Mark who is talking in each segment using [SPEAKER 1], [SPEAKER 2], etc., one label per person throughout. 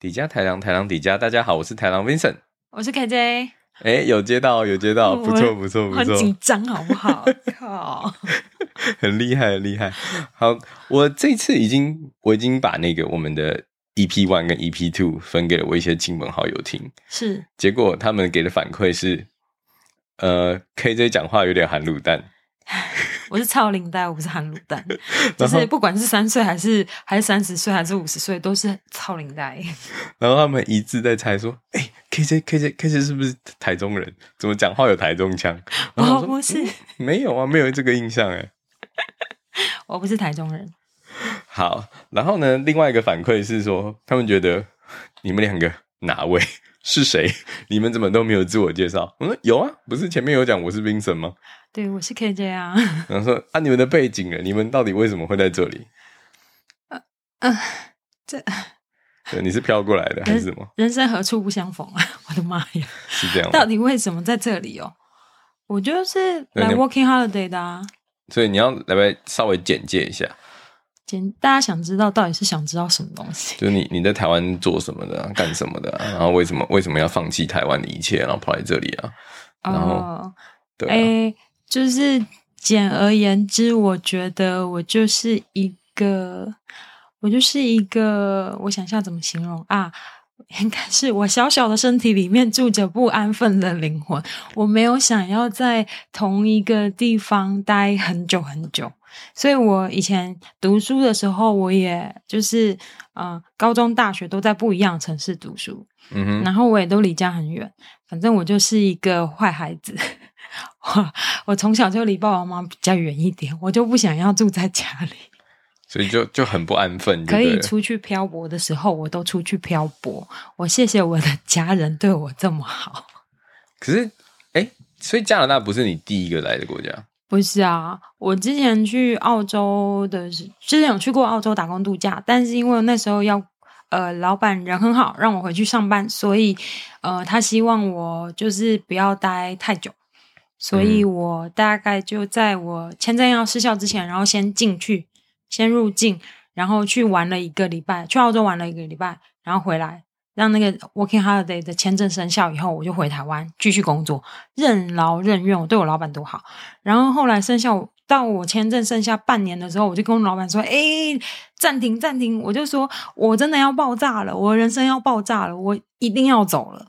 [SPEAKER 1] 底加台郎，台郎底加，大家好，我是台郎 Vincent。
[SPEAKER 2] 我是 KJ，
[SPEAKER 1] 哎、有接到，有接到，
[SPEAKER 2] 哦
[SPEAKER 1] 不错，不错，
[SPEAKER 2] 我
[SPEAKER 1] 不
[SPEAKER 2] 很
[SPEAKER 1] 错，
[SPEAKER 2] 紧张，好不 好？靠，
[SPEAKER 1] 很厉害，很厉害。好，我这次已经，我已经把那个我们的 EP One 跟 EP Two 分给了我一些亲朋好友听，
[SPEAKER 2] 是
[SPEAKER 1] 结果他们给的反馈是，呃，KJ 讲话有点含卤蛋，
[SPEAKER 2] 我是超龄带，我不是含卤 蛋，就
[SPEAKER 1] 然后
[SPEAKER 2] 是不管是三岁还是还是三十岁还是五十岁，都是超龄带。
[SPEAKER 1] 然后他们一致在猜说，哎、k j KJ KJ 是不是台中人？怎么讲话有台中腔？然后
[SPEAKER 2] 哦我
[SPEAKER 1] 我说
[SPEAKER 2] 不是，
[SPEAKER 1] 没有啊，没有这个印象哎。
[SPEAKER 2] 我不是台中人，
[SPEAKER 1] 好，然后呢，另外一个反馈是说，他们觉得你们两个哪位 是谁？你们怎么都没有自我介绍？我说有啊，不是前面有讲我是冰神吗？
[SPEAKER 2] 对，我是 KJ 啊。
[SPEAKER 1] 然后说啊，你们的背景呢？你们到底为什么会在这里？
[SPEAKER 2] 嗯、这
[SPEAKER 1] 对，你是飘过来的还是什么？
[SPEAKER 2] 人生何处不相逢啊！ 我的妈呀，
[SPEAKER 1] 是这样吗
[SPEAKER 2] 到？底为什么在这里哦？我就是
[SPEAKER 1] 对
[SPEAKER 2] 来
[SPEAKER 1] 你
[SPEAKER 2] working holiday 的啊。
[SPEAKER 1] 所以你要来不来稍微简介一下，
[SPEAKER 2] 简，大家想知道到底是想知道什么东西？
[SPEAKER 1] 就是你你在台湾做什么的、啊，干什么的、啊，然后为什么为什么要放弃台湾的一切，然后跑来这里啊？然后
[SPEAKER 2] 哦。
[SPEAKER 1] 对啊，
[SPEAKER 2] 诶，就是简而言之，我觉得我就是一个，我就是一个，我想一下怎么形容啊。应该是我小小的身体里面住着不安分的灵魂，我没有想要在同一个地方待很久很久，所以我以前读书的时候，我也就是呃，高中、大学都在不一样的城市读书，
[SPEAKER 1] 嗯哼，
[SPEAKER 2] 然后我也都离家很远，反正我就是一个坏孩子。 我我从小就离爸爸妈妈比较远一点，我就不想要住在家里。
[SPEAKER 1] 所以就就很不安分，就
[SPEAKER 2] 可
[SPEAKER 1] 对
[SPEAKER 2] 以
[SPEAKER 1] 了。
[SPEAKER 2] 出去漂泊的时候，我都出去漂泊。我谢谢我的家人对我这么好。
[SPEAKER 1] 可是，哎、所以加拿大不是你第一个来的国家，
[SPEAKER 2] 不是啊，我之前去澳洲的时，之前有去过澳洲打工度假，但是因为那时候要呃，老板人很好，让我回去上班，所以呃，他希望我就是不要待太久，所以我大概就在我签证要失效之前，然后先进去，先入境，然后去玩了一个礼拜，去澳洲玩了一个礼拜，然后回来。让那个 working holiday 的签证生效以后，我就回台湾继续工作，任劳任怨。我对我老板多好，然后后来剩下我到我签证剩下半年的时候，我就跟老板说：“诶，暂停，暂停！”我就说：“我真的要爆炸了，我人生要爆炸了，我一定要走了。”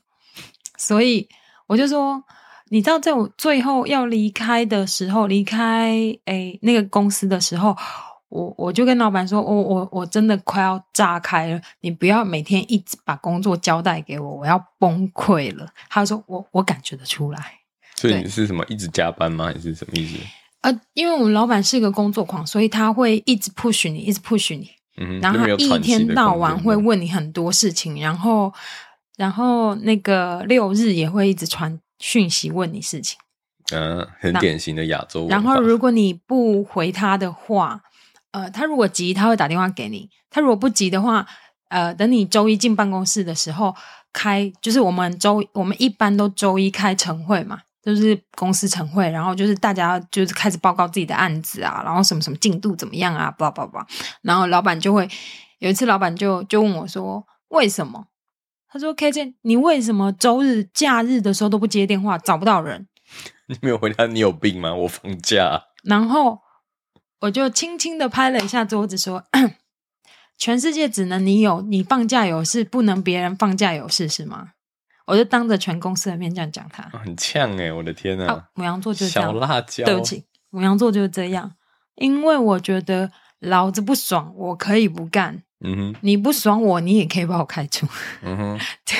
[SPEAKER 2] 所以我就说：“你知道，在我最后要离开的时候，离开诶那个公司的时候。”我我就跟老板说，我我我真的快要炸开了，你不要每天一直把工作交代给我，我要崩溃了。他说我我感觉得出来，
[SPEAKER 1] 所以
[SPEAKER 2] 对
[SPEAKER 1] 你是什么一直加班吗？还是什么意思？
[SPEAKER 2] 呃，因为我们老板是一个工作狂，所以他会一直 push 你，一直 push 你，
[SPEAKER 1] 嗯哼，
[SPEAKER 2] 然
[SPEAKER 1] 就
[SPEAKER 2] 后
[SPEAKER 1] 没
[SPEAKER 2] 他
[SPEAKER 1] 有
[SPEAKER 2] 一
[SPEAKER 1] 喘息的
[SPEAKER 2] 天到
[SPEAKER 1] 空间
[SPEAKER 2] 晚会问你很多事情，然后，然后那个六日也会一直传讯息问你事情，
[SPEAKER 1] 嗯、很典型的亚洲文化。
[SPEAKER 2] 然后如果你不回他的话，呃，他如果急，他会打电话给你；他如果不急的话，呃，等你周一进办公室的时候开，就是我们周我们一般都周一开晨会嘛，就是公司晨会，然后就是大家就是开始报告自己的案子啊，然后什么什么进度怎么样啊，叭叭叭，然后老板就会有一次，老板就就问我说：“为什么？”他说：“KJ，你为什么周日、假日的时候都不接电话，找不到人？”
[SPEAKER 1] 你没有回答，你有病吗？我放假 啊、
[SPEAKER 2] 然后我就轻轻的拍了一下桌子，说：“ 全世界只能你有，你放假有事，不能别人放假有事，是吗？”我就当着全公司的面这样讲他。
[SPEAKER 1] 很呛哎、我的天呐、
[SPEAKER 2] 啊，母羊座就是这
[SPEAKER 1] 小
[SPEAKER 2] 样，
[SPEAKER 1] 辣椒，
[SPEAKER 2] 对不，起，母羊座就是这样。因为我觉得老子不爽，我可以不干；
[SPEAKER 1] 嗯哼，
[SPEAKER 2] 你不爽我，你也可以把我开除。
[SPEAKER 1] 嗯哼，
[SPEAKER 2] 对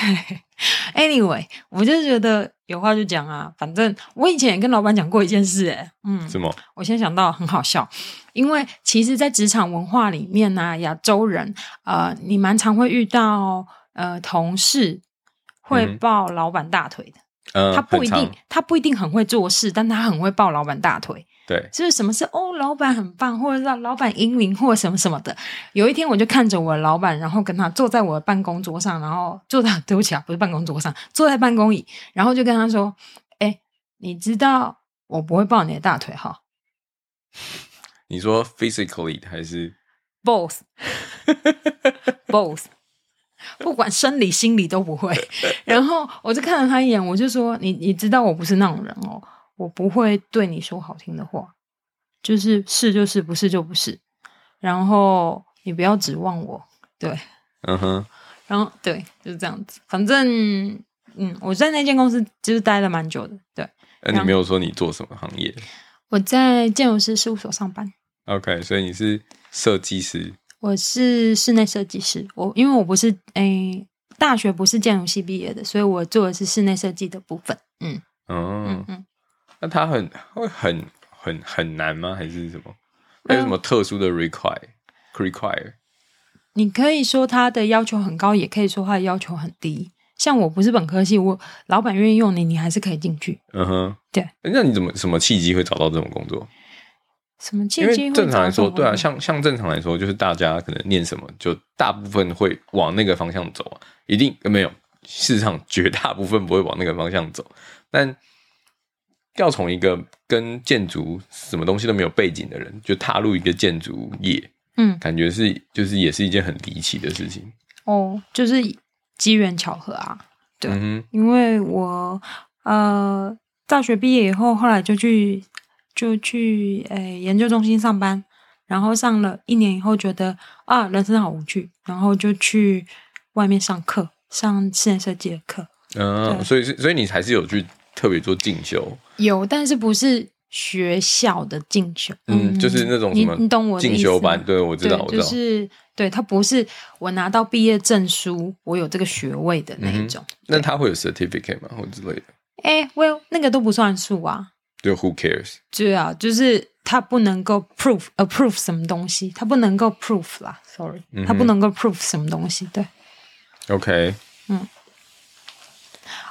[SPEAKER 2] ，anyway，我就觉得有话就讲啊，反正我以前也跟老板讲过一件事、欸，嗯，
[SPEAKER 1] 什么？
[SPEAKER 2] 我先想到很好笑，因为其实，在职场文化里面呢、亚洲人呃，你蛮常会遇到呃同事会
[SPEAKER 1] 嗯
[SPEAKER 2] 抱老板大腿的，
[SPEAKER 1] 嗯，
[SPEAKER 2] 他不一
[SPEAKER 1] 很
[SPEAKER 2] 定
[SPEAKER 1] 长，
[SPEAKER 2] 他不一定很会做事，但他很会抱老板大腿。
[SPEAKER 1] 对，
[SPEAKER 2] 就是什么是哦，老板很棒，或者是老板英明，或者什么什么的。有一天，我就看着我老板，然后跟他坐在我的办公桌上，然后坐到对不起啊，不是办公桌上，坐在办公椅，然后就跟他说：“哎，你知道我不会抱你的大腿哈
[SPEAKER 1] 你说 physically 还是
[SPEAKER 2] ，both，both， 不管生理心理都不会。然后我就看了他一眼，我就说：“你你知道我不是那种人哦，我不会对你说好听的话，就是是就是，不是就不是。然后你不要指望我，对，
[SPEAKER 1] 嗯哼，
[SPEAKER 2] 然后对，就是这样子。反正嗯，我在那间公司就是待了蛮久的。对，
[SPEAKER 1] 那呃你没有说你做什么行业
[SPEAKER 2] 我在建筑师事务所上班。”
[SPEAKER 1] ？OK，所以你是设计师，
[SPEAKER 2] 我是室内设计师，我因为我不是诶、大学不是建筑系毕业的，所以我做的是室内设计的部分。嗯嗯
[SPEAKER 1] 嗯，
[SPEAKER 2] 嗯，
[SPEAKER 1] 那它很会很很很难吗？还是什
[SPEAKER 2] 嗯
[SPEAKER 1] 么？还有什么特殊的 require require？
[SPEAKER 2] 你可以说他的要求很高，也可以说他的要求很低。像我不是本科系，我老板愿意用你，你还是可以进去。
[SPEAKER 1] 嗯哼，
[SPEAKER 2] 对。
[SPEAKER 1] 那你怎么什么契机会找到这种工作？
[SPEAKER 2] 什么契
[SPEAKER 1] 因为
[SPEAKER 2] 机会
[SPEAKER 1] 正常来
[SPEAKER 2] 找
[SPEAKER 1] 说，
[SPEAKER 2] 到
[SPEAKER 1] 对啊，
[SPEAKER 2] 我
[SPEAKER 1] 像像正常来说，就是大家可能念什么，就大部分会往那个方向走啊，一定呃没有市场绝大部分不会往那个方向走，但要从一个跟建筑什么东西都没有背景的人，就踏入一个建筑业，
[SPEAKER 2] 嗯
[SPEAKER 1] 感觉是就是也是一件很离奇的事情。
[SPEAKER 2] 哦，就是机缘巧合啊。对
[SPEAKER 1] 嗯
[SPEAKER 2] 因为我呃大学毕业以后，后来就去就去诶、研究中心上班，然后上了一年以后，觉得啊人生好无趣，然后就去外面上课，上室内设计的课。
[SPEAKER 1] 哼，嗯、
[SPEAKER 2] 对
[SPEAKER 1] 所以是所以你还是有去特别做进修，
[SPEAKER 2] 有，但是不是学校的进修？
[SPEAKER 1] 嗯，就是那种
[SPEAKER 2] 你
[SPEAKER 1] 什么
[SPEAKER 2] 你懂我的
[SPEAKER 1] 进
[SPEAKER 2] 意
[SPEAKER 1] 修
[SPEAKER 2] 思吗
[SPEAKER 1] 班，对我知道，我知
[SPEAKER 2] 对，就
[SPEAKER 1] 道，
[SPEAKER 2] 是对他不是我拿到毕业证书，我有这个学位的
[SPEAKER 1] 嗯
[SPEAKER 2] 那一种。
[SPEAKER 1] 那他会有 certificate 吗，或之类的？
[SPEAKER 2] 哎、我有那个都不算数啊。
[SPEAKER 1] 就 who cares？
[SPEAKER 2] 对啊，就是他不能够 proof approve 什么东西，他不能够 proof 啦，sorry，
[SPEAKER 1] 嗯哼
[SPEAKER 2] 他不能够 proof 什么东西。对，
[SPEAKER 1] OK，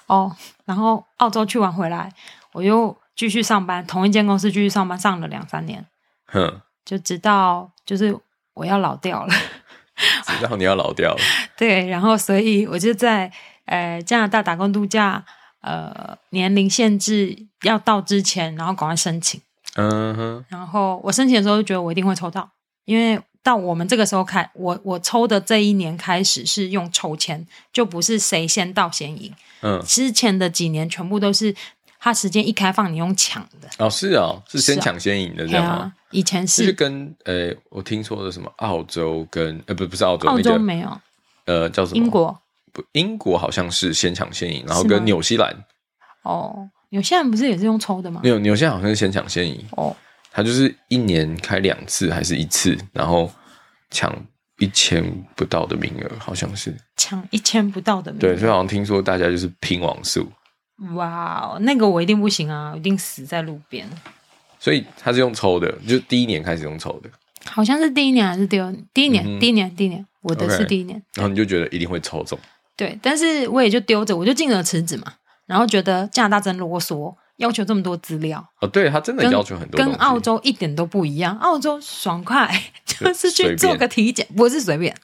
[SPEAKER 2] 哦，然后澳洲去完回来，我又继续上班，同一间公司继续上班，上了两三年，
[SPEAKER 1] 哼，
[SPEAKER 2] 就直到就是我要老掉了，
[SPEAKER 1] 然后你要老掉了，
[SPEAKER 2] 对，然后所以我就在呃加拿大打工度假，呃年龄限制要到之前，然后赶快申请。
[SPEAKER 1] 嗯哼，
[SPEAKER 2] 然后我申请的时候就觉得我一定会抽到，因为到我们这个时候开，我我抽的这一年开始是用抽签，就不是谁先到先赢。
[SPEAKER 1] 嗯，
[SPEAKER 2] 之前的几年全部都是他时间一开放，你用抢的，
[SPEAKER 1] 哦，是哦，是先
[SPEAKER 2] 是啊
[SPEAKER 1] 抢先赢的这
[SPEAKER 2] 对
[SPEAKER 1] 样吗？
[SPEAKER 2] 啊，以前
[SPEAKER 1] 这就是
[SPEAKER 2] 是
[SPEAKER 1] 跟呃，我听说的什么澳洲跟呃，不不是澳洲，
[SPEAKER 2] 澳洲
[SPEAKER 1] 那个
[SPEAKER 2] 没有，
[SPEAKER 1] 呃叫什么
[SPEAKER 2] 英国
[SPEAKER 1] 不英国好像是先抢先赢，然后
[SPEAKER 2] 是吗
[SPEAKER 1] 跟纽西兰，
[SPEAKER 2] 哦，有些人不是也是用抽的吗？
[SPEAKER 1] 纽纽西兰好像是先抢先赢，
[SPEAKER 2] 哦，
[SPEAKER 1] 它就是一年开两次还是一次，然后抢一千不到的名额，好像是
[SPEAKER 2] 抢一千不到的名
[SPEAKER 1] 对，所以
[SPEAKER 2] 额，
[SPEAKER 1] 好像听说大家就是拼网速，
[SPEAKER 2] 哇哦，那个我一定不行啊，我一定死在路边。
[SPEAKER 1] 所以它是用抽的，就第一年开始用抽的，
[SPEAKER 2] 好像是第一年还是第二？第一年，
[SPEAKER 1] 嗯哼
[SPEAKER 2] 第一年，第一年，我的是
[SPEAKER 1] OK
[SPEAKER 2] 第一年。
[SPEAKER 1] 然后你就觉得一定会抽中。
[SPEAKER 2] 对，但是我也就丢着，我就敬而辞职嘛。然后觉得加拿大真啰嗦，要求这么多资料，
[SPEAKER 1] 哦，对他真的
[SPEAKER 2] 跟
[SPEAKER 1] 要求很多东
[SPEAKER 2] 跟
[SPEAKER 1] 西，
[SPEAKER 2] 澳洲一点都不一样。澳洲爽快， 就是
[SPEAKER 1] 随
[SPEAKER 2] 去
[SPEAKER 1] 便
[SPEAKER 2] 做个体检，不是随便，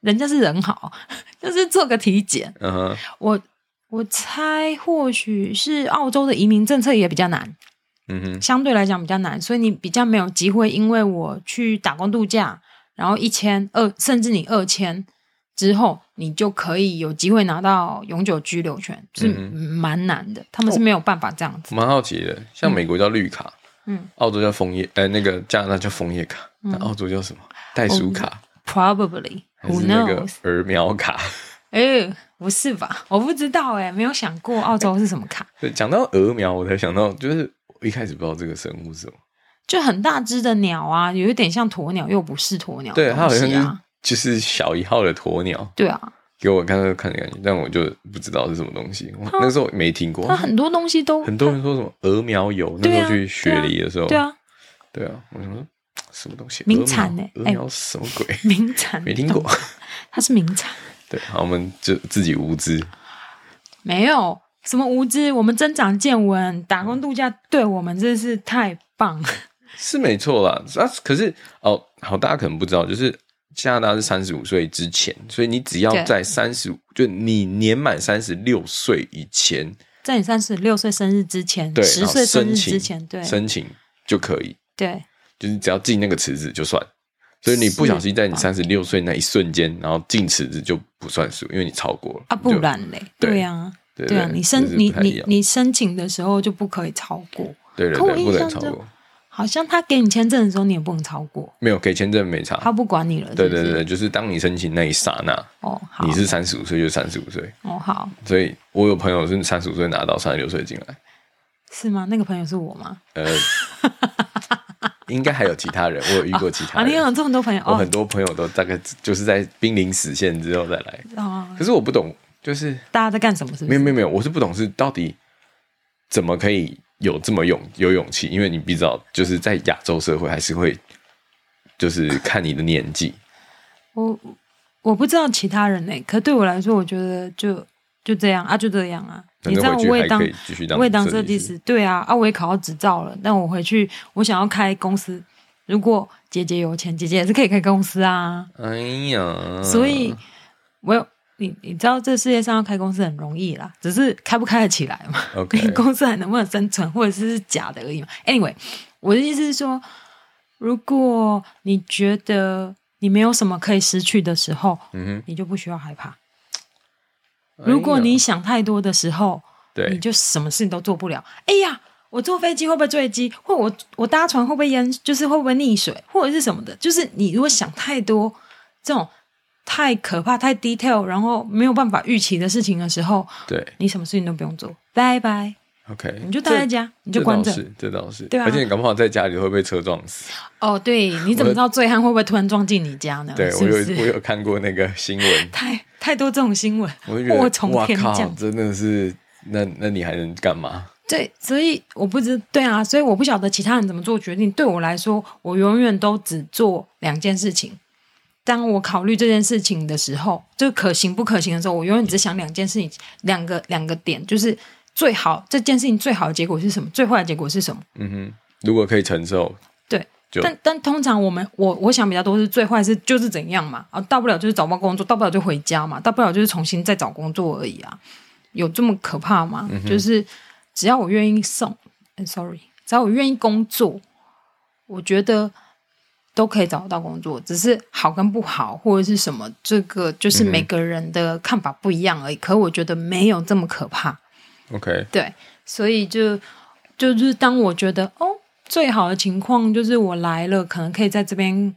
[SPEAKER 2] 人家是人好， 就是做个体检。
[SPEAKER 1] 嗯哼，
[SPEAKER 2] 我我猜或许是澳洲的移民政策也比较难，
[SPEAKER 1] 嗯哼，
[SPEAKER 2] 相对来讲比较难，所以你比较没有机会，因为我去打工度假，然后一千二，甚至你二千之后，你就可以有机会拿到永久居留权，是
[SPEAKER 1] 嗯哦
[SPEAKER 2] 蛮难的，他们是没有办法这样子。
[SPEAKER 1] 我蛮好奇的，像美国叫绿卡，
[SPEAKER 2] 嗯，
[SPEAKER 1] 澳洲叫枫叶，呃，那个加拿大叫枫叶卡，那澳洲叫什么？袋鼠卡、
[SPEAKER 2] Probably
[SPEAKER 1] 还
[SPEAKER 2] Oh, who
[SPEAKER 1] 是那个
[SPEAKER 2] knows？
[SPEAKER 1] 儿苗卡？
[SPEAKER 2] 哎、不是吧？我不知道哎、没有想过澳洲是什么卡，
[SPEAKER 1] 对，讲到儿苗，我才想到，就是我一开始不知道这个生物是什么，
[SPEAKER 2] 就很大只的鸟啊，有一点像鸵鸟，又不是鸵鸟
[SPEAKER 1] 对，
[SPEAKER 2] 的
[SPEAKER 1] 它好
[SPEAKER 2] 东西啊、
[SPEAKER 1] 像就是就是小一号的鸵鸟，
[SPEAKER 2] 对啊，
[SPEAKER 1] 给我看看看但我就不知道是什么东西，我那时候没听过
[SPEAKER 2] 它。很多东西都
[SPEAKER 1] 很多人说什么鹅苗油，那
[SPEAKER 2] 对啊
[SPEAKER 1] 时候去学理的时候，
[SPEAKER 2] 对啊，
[SPEAKER 1] 对啊，我想说什么东西？
[SPEAKER 2] 名产
[SPEAKER 1] 呢
[SPEAKER 2] 呢？
[SPEAKER 1] 鹅
[SPEAKER 2] 哎
[SPEAKER 1] 苗什么鬼？
[SPEAKER 2] 名产
[SPEAKER 1] 没听过，
[SPEAKER 2] 懂它是名产。
[SPEAKER 1] 对，好，我们就自己无知。
[SPEAKER 2] 没有什么无知，我们增长见闻，打工度假对我们真是太棒。
[SPEAKER 1] 嗯是没错啦。啊，可是哦，好，大家可能不知道，就是加拿大是三十五岁之前，所以你只要
[SPEAKER 2] 对
[SPEAKER 1] 在三十五，就你年满三十六岁以前，
[SPEAKER 2] 在你三十六岁生日之前，
[SPEAKER 1] 对，
[SPEAKER 2] 十
[SPEAKER 1] 然后
[SPEAKER 2] 岁生
[SPEAKER 1] 申
[SPEAKER 2] 日
[SPEAKER 1] 请
[SPEAKER 2] 之前，对
[SPEAKER 1] 申请就可以，
[SPEAKER 2] 对
[SPEAKER 1] 就是只要记那个池子就算。所以你不小心在你
[SPEAKER 2] 是吧
[SPEAKER 1] 三十六岁那一瞬间，然后进池子就不算数，因为你超过了
[SPEAKER 2] 啊，不
[SPEAKER 1] 就
[SPEAKER 2] 然嘞，
[SPEAKER 1] 对
[SPEAKER 2] 对啊，
[SPEAKER 1] 对
[SPEAKER 2] 对啊，你
[SPEAKER 1] 就是
[SPEAKER 2] 申你
[SPEAKER 1] 不太一
[SPEAKER 2] 你
[SPEAKER 1] 样
[SPEAKER 2] 你申请的时候就不可以超过，
[SPEAKER 1] 对对
[SPEAKER 2] 可我
[SPEAKER 1] 对，
[SPEAKER 2] 印
[SPEAKER 1] 不能
[SPEAKER 2] 象
[SPEAKER 1] 超
[SPEAKER 2] 中
[SPEAKER 1] 过，
[SPEAKER 2] 好像他给你签证的时候你也不能超过，
[SPEAKER 1] 没有给签证没
[SPEAKER 2] 他
[SPEAKER 1] 差。
[SPEAKER 2] 不管你了是不
[SPEAKER 1] 对
[SPEAKER 2] 是，
[SPEAKER 1] 对对，对就是当你申请那一刹那，
[SPEAKER 2] 哦好，
[SPEAKER 1] 你是三十五岁就三十五岁，
[SPEAKER 2] 哦好
[SPEAKER 1] 所以我有朋友是三十五岁拿到三十六岁进来，
[SPEAKER 2] 是吗？那个朋友是我吗？
[SPEAKER 1] 呃，应该还有其他人，我有遇过其他
[SPEAKER 2] 啊，你
[SPEAKER 1] 人，
[SPEAKER 2] 有这么多朋友
[SPEAKER 1] 我
[SPEAKER 2] 哦
[SPEAKER 1] 很多朋友都大概就是在濒临死线之后再来，
[SPEAKER 2] 哦
[SPEAKER 1] 可，是我不懂，就是
[SPEAKER 2] 大家在干什么？是不
[SPEAKER 1] 没有
[SPEAKER 2] 是？
[SPEAKER 1] 没有没有，我是不懂是到底怎么可以有这么勇有勇气，因为你必知道，就是在亚洲社会还是会就是看你的年纪，
[SPEAKER 2] 我我不知道其他人呢、可对我来说，我觉得就就这样啊，就这样啊。
[SPEAKER 1] 反
[SPEAKER 2] 你知
[SPEAKER 1] 正
[SPEAKER 2] 道
[SPEAKER 1] 回去
[SPEAKER 2] 我也
[SPEAKER 1] 还
[SPEAKER 2] 当
[SPEAKER 1] 可以继续当
[SPEAKER 2] 我也当设
[SPEAKER 1] 设
[SPEAKER 2] 计
[SPEAKER 1] 师。
[SPEAKER 2] 师，对啊，啊我也考到执照了，但我回去我想要开公司，如果姐姐有钱，姐姐也是可以开公司啊。
[SPEAKER 1] 哎呀，
[SPEAKER 2] 所以，我有你你知道这世界上要开公司很容易啦，只是开不开得起来嘛。
[SPEAKER 1] OK
[SPEAKER 2] 你公司还能不能生存，或者是是假的而已嘛。Anyway，我的意思是说，如果你觉得你没有什么可以失去的时候，
[SPEAKER 1] 嗯
[SPEAKER 2] 你就不需要害怕。
[SPEAKER 1] 哼，
[SPEAKER 2] 如果
[SPEAKER 1] 哎
[SPEAKER 2] 你
[SPEAKER 1] 呀
[SPEAKER 2] 想太多的时候，你
[SPEAKER 1] 对
[SPEAKER 2] 就什么事情都做不了。哎呀，我坐飞机会不会坠机？或我我搭船会不会淹？就是会不会溺水，或者是什么的？就是你如果想太多这种太可怕、太 detail，然后没有办法预期的事情的时候，
[SPEAKER 1] 对
[SPEAKER 2] 你什么事情都不用做，拜拜，
[SPEAKER 1] ，OK，
[SPEAKER 2] 你就待在家，你就关
[SPEAKER 1] 这
[SPEAKER 2] 着。
[SPEAKER 1] 倒是，这倒是，
[SPEAKER 2] 对啊
[SPEAKER 1] 而且你搞不好在家里会被车撞死。
[SPEAKER 2] 哦，对，你怎么知道醉汉会不会突然撞进你家呢？
[SPEAKER 1] 对
[SPEAKER 2] 是不
[SPEAKER 1] 我有我
[SPEAKER 2] 是？，
[SPEAKER 1] 有看过那个新闻
[SPEAKER 2] 太太多这种新闻，
[SPEAKER 1] 我就觉得
[SPEAKER 2] 祸从
[SPEAKER 1] 哇
[SPEAKER 2] 天
[SPEAKER 1] 靠
[SPEAKER 2] 降，。
[SPEAKER 1] 真的是，那那你还能干嘛？
[SPEAKER 2] 对，所以我不知对啊，所以我不晓得其他人怎么做决定。对我来说，我永远都只做两件事情。当我考虑这件事情的时候，就可行不可行的时候，我永远只想两件事情，两个两个点，就是最好这件事情最好的结果是什么，最坏的结果是什么。
[SPEAKER 1] 嗯哼，如果可以承受，
[SPEAKER 2] 对，
[SPEAKER 1] 就
[SPEAKER 2] 但但通常我们我我想比较多是最坏是就是怎样嘛，啊，大不了就是找不到工作，大不了就回家嘛，大不了就是重新再找工作而已啊，有这么可怕吗？就是只要我愿意送、呃 s o r r y 只要我愿意工作，我觉得都可以找得到工作，只是好跟不好或者是什么，这个就是每个人的看法不一样而已。可我觉得没有这么可怕，
[SPEAKER 1] OK，
[SPEAKER 2] 对，所以就就是当我觉得哦，最好的情况就是我来了，可能可以在这边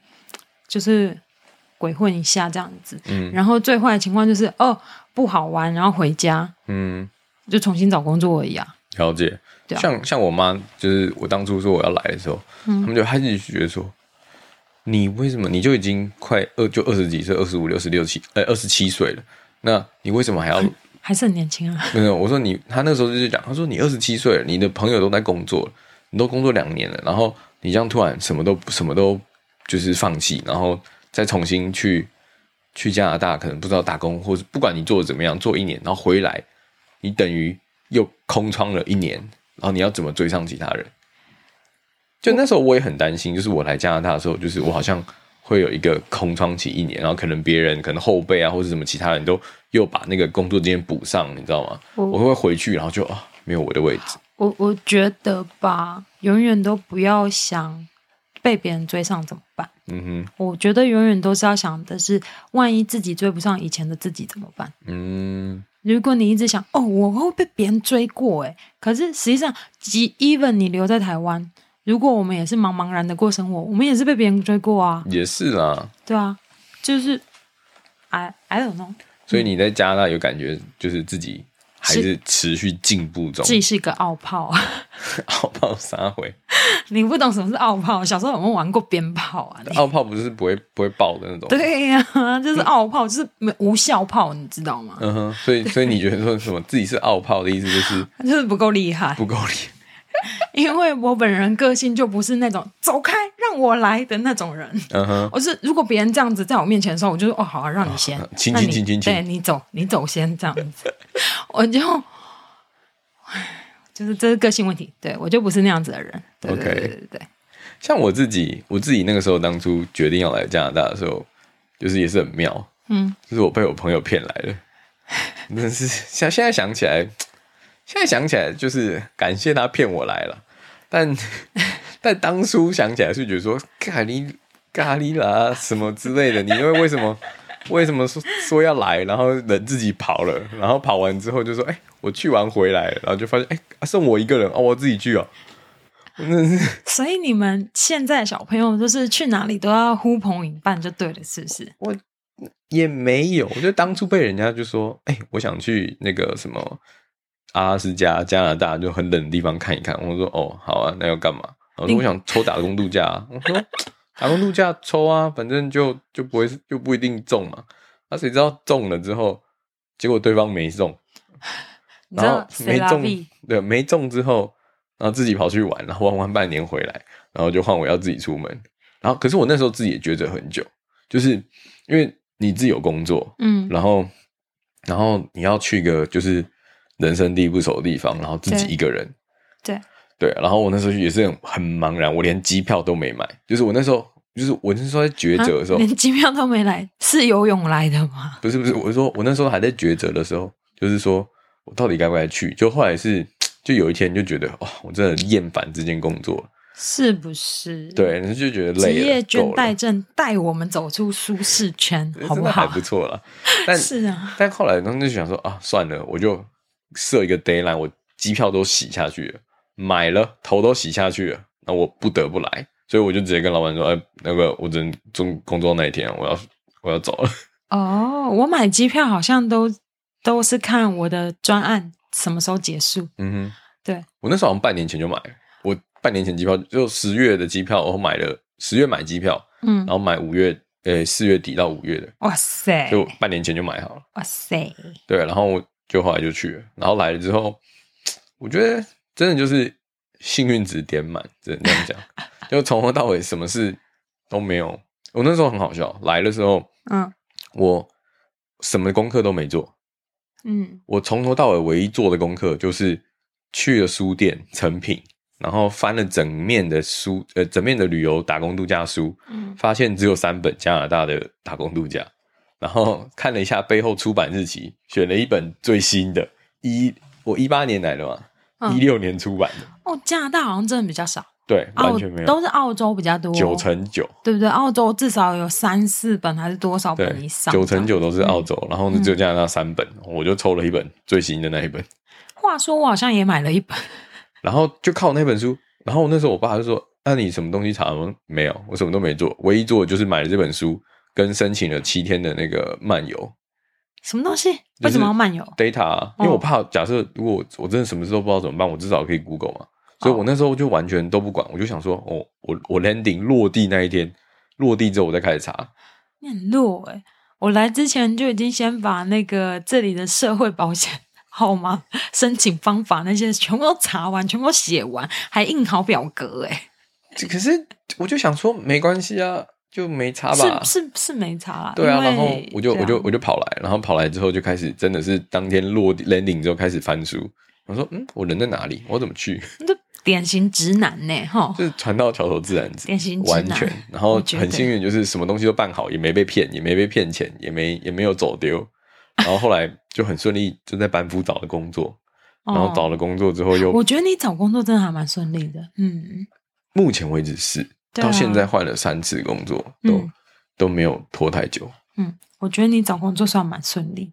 [SPEAKER 2] 就是鬼混一下这样子，
[SPEAKER 1] 嗯
[SPEAKER 2] 然后最坏的情况就是哦不好玩，然后回家
[SPEAKER 1] 嗯，
[SPEAKER 2] 就重新找工作而已啊。
[SPEAKER 1] 了解。
[SPEAKER 2] 对啊嗯
[SPEAKER 1] 像像我妈，就是我当初说我要来的时候，他们就她就觉得说，你为什么你就已经快二就二十几岁，二十五、六十六七，呃，二十七岁了，那你为什么还要？
[SPEAKER 2] 还是很年轻啊，
[SPEAKER 1] 没有，我说你，她那时候就是讲，她说你二十七岁了，你的朋友都在工作了，你都工作两年了，然后你这样突然什么都什么都就是放弃，然后再重新去去加拿大，可能不知道打工，或是不管你做的怎么样，做一年，然后回来，你等于又空窗了一年，然后你要怎么追上其他人？就那时候我也很担心，就是我来加拿大的时候，就是我好像会有一个空窗期一年，然后可能别人可能后辈啊或者什么其他人都又把那个工作经验补上，你知道吗？
[SPEAKER 2] 我
[SPEAKER 1] 我会回去，然后就啊没有我的位置，
[SPEAKER 2] 我我觉得吧，永远都不要想被别人追上怎么办。
[SPEAKER 1] 嗯哼，
[SPEAKER 2] 我觉得永远都是要想的是，万一自己追不上以前的自己怎么办？
[SPEAKER 1] 嗯，
[SPEAKER 2] 如果你一直想哦，我会被别人追过诶，可是实际上，即 even 你留在台湾，如果我们也是茫茫然的过生活，我们也是被别人追过啊，
[SPEAKER 1] 也是啦。
[SPEAKER 2] 对啊，就是，I I don't know，
[SPEAKER 1] 所以你在加拿大有感觉，就是自己还是持续进步中
[SPEAKER 2] 自，己是一个奥炮 啊，
[SPEAKER 1] 奥炮撒回，
[SPEAKER 2] 你不懂什么是奥炮，小时候有没有玩过鞭炮啊？ 你
[SPEAKER 1] 奥炮不是不会不会爆的那种，，
[SPEAKER 2] 对呀、就是奥炮，就是没无效炮，你知道吗？
[SPEAKER 1] 嗯哼，所以所以你觉得说什么自己是奥炮的意思就是
[SPEAKER 2] 就是不够厉害，
[SPEAKER 1] 不够力，
[SPEAKER 2] 因为我本人个性就不是那种走开让我来的那种人。
[SPEAKER 1] 嗯哼。
[SPEAKER 2] 我是如果别人这样子在我面前的时候，我就说哦好、啊，让你先
[SPEAKER 1] 啊，亲
[SPEAKER 2] 那
[SPEAKER 1] 亲
[SPEAKER 2] 你
[SPEAKER 1] 亲亲亲
[SPEAKER 2] 对你走，你走先这样子， 我就，唉就是这是个性问题，对我就不是那样子的人，对
[SPEAKER 1] OK
[SPEAKER 2] 对对对对，
[SPEAKER 1] 像我自己，我自己那个时候当初决定要来加拿大的时候，就是也是很妙，
[SPEAKER 2] 嗯，
[SPEAKER 1] 就是我被我朋友骗来的，真是现现在想起来，现在想起来就是感谢他骗我来了，但但当初想起来是觉得说，看你咖喱啦什么之类的，你因为为什么为什么说说要来，然后人自己跑了，然后跑完之后就说，哎、我去完回来了，然后就发现，哎、啊剩我一个人哦，我自己去哦，
[SPEAKER 2] 所以你们现在小朋友就是去哪里都要呼朋引伴就对了，是不是？
[SPEAKER 1] 我也没有，我就当初被人家就说，哎、我想去那个什么阿拉斯加、加拿大就很冷的地方看一看。我说哦，好啊，那要干嘛？我说
[SPEAKER 2] 你
[SPEAKER 1] 我想抽打工度假、啊。我说打工度假抽啊，反正就就不会就不一定中嘛。那、谁知道中了之后，结果对方没中，
[SPEAKER 2] 你知
[SPEAKER 1] 然后
[SPEAKER 2] 道
[SPEAKER 1] 没
[SPEAKER 2] C 拉
[SPEAKER 1] 中
[SPEAKER 2] V，
[SPEAKER 1] 对没中之后，然后自己跑去玩，然后玩完半年回来，然后就换我要自己出门。然后可是我那时候自己也抉择很久，就是因为你自己有工作，
[SPEAKER 2] 嗯，
[SPEAKER 1] 然后，然后你要去一个就是人生地不熟的地方，然后自己
[SPEAKER 2] 对
[SPEAKER 1] 一个人，
[SPEAKER 2] 对
[SPEAKER 1] 对。然后我那时候也是很很茫然，我连机票都没买，就是我那时候，就是我那时候在抉择的时候，
[SPEAKER 2] 啊连机票都没来，是游泳来的吗？
[SPEAKER 1] 不是不是，我是说我那时候还在抉择的时候，就是说我到底该不该去？就后来是，就有一天就觉得，哦，我真的厌烦这件工作了，
[SPEAKER 2] 是不是？，
[SPEAKER 1] 对，然后就觉得
[SPEAKER 2] 嗯职
[SPEAKER 1] 累了，
[SPEAKER 2] 业倦
[SPEAKER 1] 够了
[SPEAKER 2] 怠，症带我们走出舒适圈，好
[SPEAKER 1] 哎真
[SPEAKER 2] 不
[SPEAKER 1] 的还
[SPEAKER 2] 好？
[SPEAKER 1] 不错啦。但
[SPEAKER 2] 是啊，
[SPEAKER 1] 但后来他们就想说啊，算了，我就设一个 d a y l i n e 我机票都洗下去了，买了头都洗下去了，那我不得不来，所以我就直接跟老板说，哎、那个我只能中工作那一天，我要我要走了。
[SPEAKER 2] 哦，我买机票好像都都是看我的专案什么时候结束。
[SPEAKER 1] 嗯哼，
[SPEAKER 2] 对，
[SPEAKER 1] 我那时候好像半年前就买了，我半年前机票就十月的机票，我买了十月买机票，
[SPEAKER 2] 嗯
[SPEAKER 1] 然，后买五月呃四月底到五月的，
[SPEAKER 2] 哇塞，
[SPEAKER 1] 所以我半年前就买好了。
[SPEAKER 2] 哇塞，
[SPEAKER 1] 对，然后我就后来就去了，然后来了之后，我觉得真的就是幸运值点满，只能这样讲，就从头到尾什么事都没有。我那时候很好笑，来的时候
[SPEAKER 2] 嗯
[SPEAKER 1] 我什么功课都没做，
[SPEAKER 2] 嗯，
[SPEAKER 1] 我从头到尾唯一做的功课就是去了书店成品，然后翻了整面的书，呃，整面的旅游打工度假书，
[SPEAKER 2] 嗯
[SPEAKER 1] 发现只有三本加拿大的打工度假，然后看了一下背后出版日期，选了一本最新的，一我一八年来的嘛，
[SPEAKER 2] 嗯
[SPEAKER 1] 一六年出版的，
[SPEAKER 2] 哦，加拿大好像真的比较少，
[SPEAKER 1] 对，
[SPEAKER 2] 澳
[SPEAKER 1] 完全没有，
[SPEAKER 2] 哦都是澳洲比较多，
[SPEAKER 1] 九成九，
[SPEAKER 2] 对不对？澳洲至少有三四本还是多少
[SPEAKER 1] 对
[SPEAKER 2] 本以，哦上？嗯
[SPEAKER 1] 九成。九都是澳洲，然后呢只有加拿大三本，我就抽了一本最新的那一本，
[SPEAKER 2] 话说我好像也买了一本，
[SPEAKER 1] 然后就靠那本书，然后那时候我爸就说：“那你什么东西查吗？”没有，我什么都没做，唯一做的就是买了这本书，跟申请了七天的那个漫游，
[SPEAKER 2] 什么东西？
[SPEAKER 1] 就是
[SPEAKER 2] 为什么要漫游？
[SPEAKER 1] data，啊因为
[SPEAKER 2] 哦
[SPEAKER 1] 我怕假设如果我我真的什么事都不知道怎么办，我至少可以 Google 嘛。所以我那时候就完全都不管，我就想说，哦，我我 landing 落地那一天，落地之后我再开始查。
[SPEAKER 2] 你很弱哎、我来之前就已经先把那个这里的社会保险 号码、申请方法那些全部都查完，全部都写完，还印好表格哎、
[SPEAKER 1] 这可是我就想说，没关系啊，就没差吧。
[SPEAKER 2] 是是是没查啦。
[SPEAKER 1] 对啊，
[SPEAKER 2] 因为
[SPEAKER 1] 然后我就、
[SPEAKER 2] 对啊
[SPEAKER 1] 我就我就跑来，然后跑来之后就开始真的是当天落地 landing 之后开始翻书，我说嗯，我人在哪里？我怎么去？
[SPEAKER 2] 你这典型直男呢、哈，
[SPEAKER 1] 就是船到桥头自然直，
[SPEAKER 2] 典型直男
[SPEAKER 1] 完全。然后
[SPEAKER 2] 啊我觉得
[SPEAKER 1] 很幸运，就是什么东西都办好，也没被骗，也没被骗钱，也没也没有走丢。然后后来就很顺利，就在班夫找了工作。然后找
[SPEAKER 2] 哦
[SPEAKER 1] 了工作之后又，
[SPEAKER 2] 我觉得你找工作真的还蛮顺利的，嗯，
[SPEAKER 1] 目前为止是、
[SPEAKER 2] 对啊
[SPEAKER 1] 到现在换了三次工作，都、
[SPEAKER 2] 嗯
[SPEAKER 1] 都没有拖太久。
[SPEAKER 2] 嗯，我觉得你找工作算蛮顺利。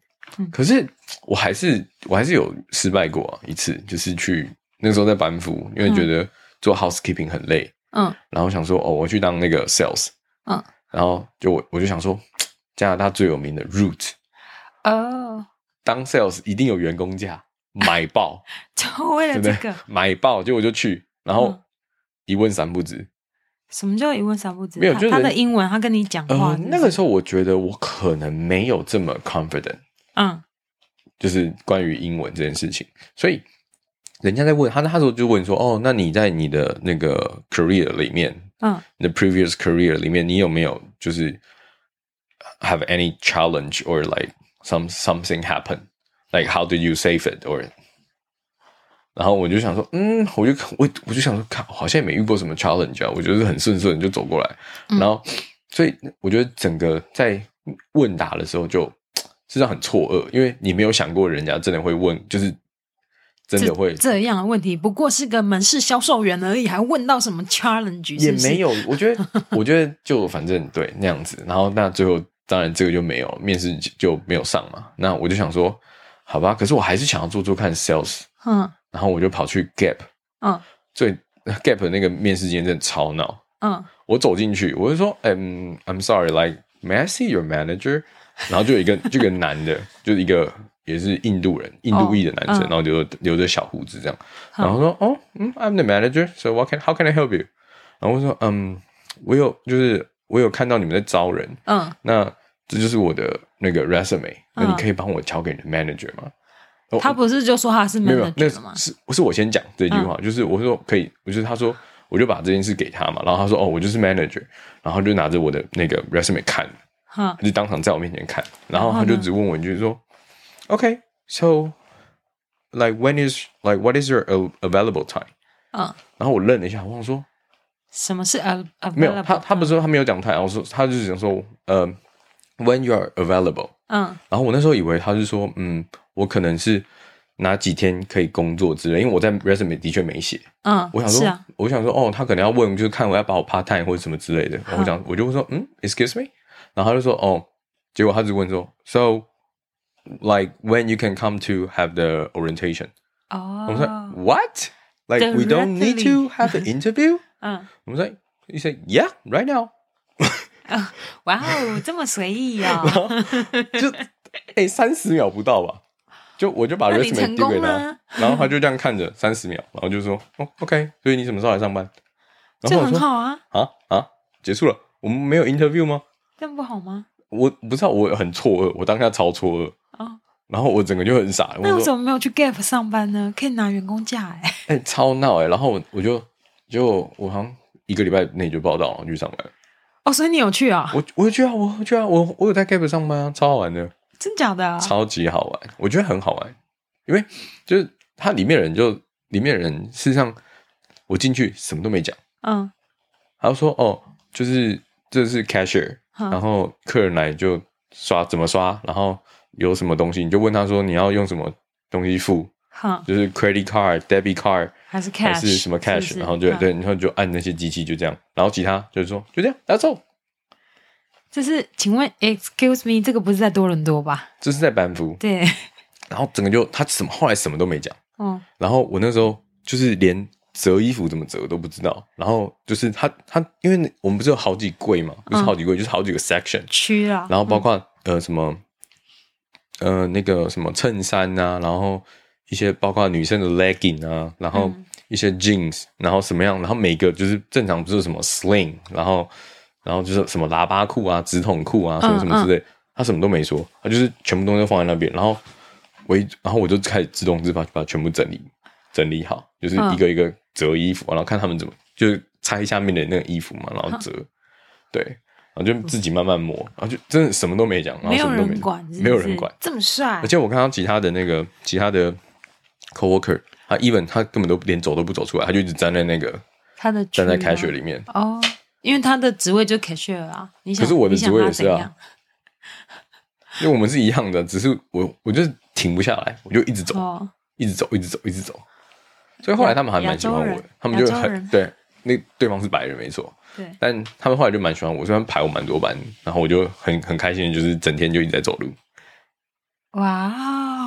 [SPEAKER 1] 可是我还是我还是有失败过啊一次，就是去那时候在班夫，因为觉得做 housekeeping 很累，
[SPEAKER 2] 嗯
[SPEAKER 1] 然后想说哦，我去当那个 sales，
[SPEAKER 2] 嗯，
[SPEAKER 1] 然后就我我就想说，加拿大最有名的 Root
[SPEAKER 2] 哦，
[SPEAKER 1] 当 sales 一定有员工价，买爆，
[SPEAKER 2] 就为
[SPEAKER 1] 对
[SPEAKER 2] 了
[SPEAKER 1] 不
[SPEAKER 2] 这
[SPEAKER 1] 对？
[SPEAKER 2] 个，
[SPEAKER 1] 买爆，结果就去，然后
[SPEAKER 2] 嗯
[SPEAKER 1] 一问三不知。
[SPEAKER 2] 什么叫一问三不知？
[SPEAKER 1] 没有
[SPEAKER 2] 他
[SPEAKER 1] 就是
[SPEAKER 2] 他的英文，他跟你讲话
[SPEAKER 1] 呃，
[SPEAKER 2] 是不是，
[SPEAKER 1] 那个时候我觉得我可能没有这么 confident，
[SPEAKER 2] 嗯
[SPEAKER 1] 就是关于英文这件事情，所以人家在问他，他那时候就问说，哦，那你在你的那个 career 里面，
[SPEAKER 2] 嗯
[SPEAKER 1] 你的 previous career 里面，你有没有就是 have any challenge or like some something happen? Like how did you save it or 然后我就想说，嗯，我就我我就想说，看好像也没遇过什么 challenge 啊，我觉得很顺顺地就走过来。
[SPEAKER 2] 嗯
[SPEAKER 1] 然后，所以我觉得整个在问答的时候就是让很错愕，因为你没有想过人家真的会问，就是真的会
[SPEAKER 2] 这样的问题，不过是个门市销售员而已，还问到什么 challenge？
[SPEAKER 1] 也
[SPEAKER 2] 是不是
[SPEAKER 1] 没有，我觉得，我觉得就反正对那样子，然后那最后当然这个就没有面试就就没有上嘛。那我就想说，好吧，可是我还是想要做做看 sales，
[SPEAKER 2] 嗯
[SPEAKER 1] 然后我就跑去 Gap
[SPEAKER 2] 嗯
[SPEAKER 1] 最 Gap 的那个面试间真的超闹。
[SPEAKER 2] 嗯，
[SPEAKER 1] 我走进去，我就说，嗯、i m sorry，like may I see your manager？然后就有一个就有一个男的，就是一个也是印度人，印度裔的男生，然
[SPEAKER 2] 嗯
[SPEAKER 1] 后留着留着小胡子这样。
[SPEAKER 2] 嗯
[SPEAKER 1] 然后说，哦，嗯，I'm the manager，so what can how can I help you？然后我说，嗯，我有就是我有看到你们在招人，
[SPEAKER 2] 嗯，
[SPEAKER 1] 那这就是我的那个 resume，那你
[SPEAKER 2] 嗯
[SPEAKER 1] 可以帮我交给你的 manager 吗？哦
[SPEAKER 2] 他不是就说他是
[SPEAKER 1] 没有，没有
[SPEAKER 2] manager 吗
[SPEAKER 1] 那？是是我先讲这句话，就是我说可以，我就是他说我就把这件事给他嘛，然后他说哦，我就是 manager，然后就拿着我的那个 resume 看，
[SPEAKER 2] 哈
[SPEAKER 1] 他就当场在我面前看，然后
[SPEAKER 2] 然后
[SPEAKER 1] 他
[SPEAKER 2] 呢
[SPEAKER 1] 就只问我一句说，OK，so、like when is like what is your av- available time？
[SPEAKER 2] 嗯，
[SPEAKER 1] 然后我愣了一下，我想说
[SPEAKER 2] 什么是 a a
[SPEAKER 1] 没有，他他不是说他没有讲太，然后说他就只能说呃 when you are available，
[SPEAKER 2] 嗯
[SPEAKER 1] 然后我那时候以为他是说，嗯，我可能是哪几天可以工作之类，因为我在 resume 的确没写。
[SPEAKER 2] 嗯，
[SPEAKER 1] 我想
[SPEAKER 2] 是
[SPEAKER 1] 说，
[SPEAKER 2] 啊，
[SPEAKER 1] 我想说，哦，他可能要问，就是看我要把我 part time 或者什么之类的。我想，我就会说，嗯，excuse me，然后他就说，哦，结果他只问说，so like when you can come to have the orientation？、
[SPEAKER 2] 哦，
[SPEAKER 1] 我们说，what？Like we don't need to have an interview？
[SPEAKER 2] 嗯，
[SPEAKER 1] 我们说，he said yeah right now
[SPEAKER 2] 哇哦，这么随 意啊、哦，
[SPEAKER 1] 就 哎三十秒不到吧，就我就把
[SPEAKER 2] 那你
[SPEAKER 1] resume
[SPEAKER 2] 成
[SPEAKER 1] 丢给
[SPEAKER 2] 功
[SPEAKER 1] 他
[SPEAKER 2] 了，，
[SPEAKER 1] 然后他就这样看着三十秒，然后就说哦 OK，所以你什么时候来上班？然
[SPEAKER 2] 这
[SPEAKER 1] 后我
[SPEAKER 2] 很
[SPEAKER 1] 说
[SPEAKER 2] 好啊，
[SPEAKER 1] 啊啊，结束了，我们没有 interview 吗？
[SPEAKER 2] 这样不好吗？
[SPEAKER 1] 我不知道，我很错愕，我当下超错愕，
[SPEAKER 2] 哦，
[SPEAKER 1] 然后我整个就很傻，
[SPEAKER 2] 那
[SPEAKER 1] 我
[SPEAKER 2] 为什
[SPEAKER 1] 说
[SPEAKER 2] 么没有去 Gap 上班呢？可以拿员工假哎、
[SPEAKER 1] 哎、超闹哎、然后我我就就我好像一个礼拜内就报到了，然后去上班。
[SPEAKER 2] 哦，所以你有去啊、
[SPEAKER 1] 我我去啊，我去啊，我我有在 Gap 上班啊，超好玩的。
[SPEAKER 2] 真假的、啊？
[SPEAKER 1] 超级好玩，我觉得很好玩，因为就是它里面人就里面人，事实上我进去什么都没讲，
[SPEAKER 2] 嗯
[SPEAKER 1] 他就说哦，就是这是 cashier，
[SPEAKER 2] 嗯
[SPEAKER 1] 然后客人来就刷怎么刷，然后有什么东西你就问他说你要用什么东西付，
[SPEAKER 2] 哼，
[SPEAKER 1] 就是 credit card、debit card
[SPEAKER 2] 还是 cash
[SPEAKER 1] 还是什么 cash，
[SPEAKER 2] 是不是
[SPEAKER 1] 然后就、
[SPEAKER 2] 嗯
[SPEAKER 1] 对，然后就按那些机器就这样，然后其他就是说就这样，That's all。
[SPEAKER 2] 就是请问，excuse me，这个不是在多伦多吧？
[SPEAKER 1] 这是在班夫，
[SPEAKER 2] 对，
[SPEAKER 1] 然后整个就他什么后来什么都没讲。
[SPEAKER 2] 嗯
[SPEAKER 1] 然后我那时候就是连折衣服怎么折都不知道，然后就是他他，因为我们不是有好几柜嘛，
[SPEAKER 2] 嗯
[SPEAKER 1] 不是好几柜，就是好几个 section，
[SPEAKER 2] 区啦，
[SPEAKER 1] 然后包括、呃什么呃那个什么衬衫啊，然后一些包括女生的 legging 啊，然后一些 jeans，然后什么样，然后每个就是正常不是什么 sling，然后然后就是什么喇叭裤啊、直筒裤啊，什么什么之类，他什么都没说，他就是全部东西都放在那边，然后我一然后我就开始自动自发把它全部整理整理好，就是一个一个折衣服啊，然后看他们怎么就是拆下面的那个衣服嘛，然后折，对，然后就自己慢慢磨，然后就真的什么都没讲，然后
[SPEAKER 2] 没
[SPEAKER 1] 什
[SPEAKER 2] 有
[SPEAKER 1] 么都没
[SPEAKER 2] 人管是不是啊
[SPEAKER 1] 没有人管，
[SPEAKER 2] 这么帅
[SPEAKER 1] 而，且我看到其他的那个其他的 coworker，他 even 他根本都连走都不走出来，他就一直站在那
[SPEAKER 2] 啊
[SPEAKER 1] 个
[SPEAKER 2] 他的区
[SPEAKER 1] 站
[SPEAKER 2] 吗
[SPEAKER 1] 在开学里面。
[SPEAKER 2] 哦，因为他的职位就 cashier 啊，你想，
[SPEAKER 1] 可是我的
[SPEAKER 2] 你想
[SPEAKER 1] 职位
[SPEAKER 2] 他
[SPEAKER 1] 也是
[SPEAKER 2] 怎
[SPEAKER 1] 啊
[SPEAKER 2] 样，
[SPEAKER 1] 因为我们是一样的，只是我我就是停不下来，我就一直走，
[SPEAKER 2] 哦，
[SPEAKER 1] 一直走，一直走，一直走。所以后来他们还蛮喜欢
[SPEAKER 2] 亚
[SPEAKER 1] 我
[SPEAKER 2] 洲
[SPEAKER 1] 的
[SPEAKER 2] 人，
[SPEAKER 1] 他们就
[SPEAKER 2] 亚洲人
[SPEAKER 1] 很对，那对方是白人没错，
[SPEAKER 2] 对，
[SPEAKER 1] 但他们后来就蛮喜欢我，虽然排我蛮多班，然后我就很很开心，就是整天就一直在走路，
[SPEAKER 2] 哇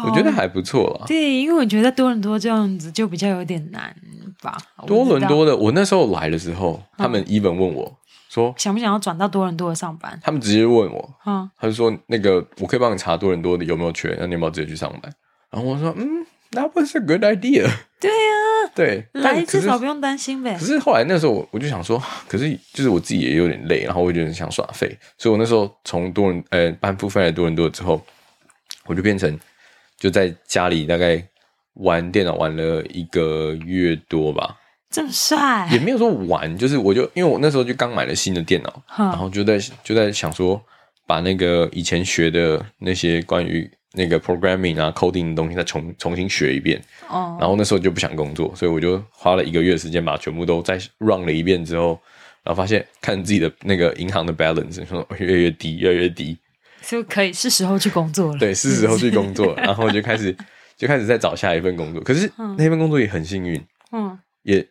[SPEAKER 2] 哦，
[SPEAKER 1] 我觉得还不错啦。
[SPEAKER 2] 对，因为我觉得多伦多这样子就比较有点难吧。我不知道嗯
[SPEAKER 1] 多伦多的，我那时候来的时候，他们 even 问我说，
[SPEAKER 2] 想不想要转到多伦多上班？
[SPEAKER 1] 他们直接问我，
[SPEAKER 2] 嗯，
[SPEAKER 1] 他就说那个我可以帮你查多伦多的有没有缺，那你要不要直接去上班？然后我说，嗯，That was a good idea。
[SPEAKER 2] 对啊，
[SPEAKER 1] 对，
[SPEAKER 2] 来
[SPEAKER 1] 但可
[SPEAKER 2] 至
[SPEAKER 1] 是
[SPEAKER 2] 少不用担心呗
[SPEAKER 1] 可。是后来那时候我我就想说，可是就是我自己也有点累，然后我有点想耍废，所以我那时候从多伦呃班夫飞来多伦多之后，我就变成就在家里大概玩电脑玩了一个月多吧，
[SPEAKER 2] 这么帅
[SPEAKER 1] 也，没有说玩，就是我就因为我那时候就刚买了新的电脑，
[SPEAKER 2] 哈
[SPEAKER 1] 然后就在就在想说把那个以前学的那些关于那个 programming 啊 coding 的东西再重重新学一遍，
[SPEAKER 2] 哦，
[SPEAKER 1] 然后那时候就不想工作，所以我就花了一个月的时间把全部都再 run 了一遍之后，然后发现看自己的那个银行的 balance，说越来越低，越来越低，
[SPEAKER 2] 就可以是时候去工作了。
[SPEAKER 1] 对，是时候去工作，然后我就开始就开始在找下一份工作。可是
[SPEAKER 2] 嗯
[SPEAKER 1] 那份工作也很幸运，
[SPEAKER 2] 嗯
[SPEAKER 1] 也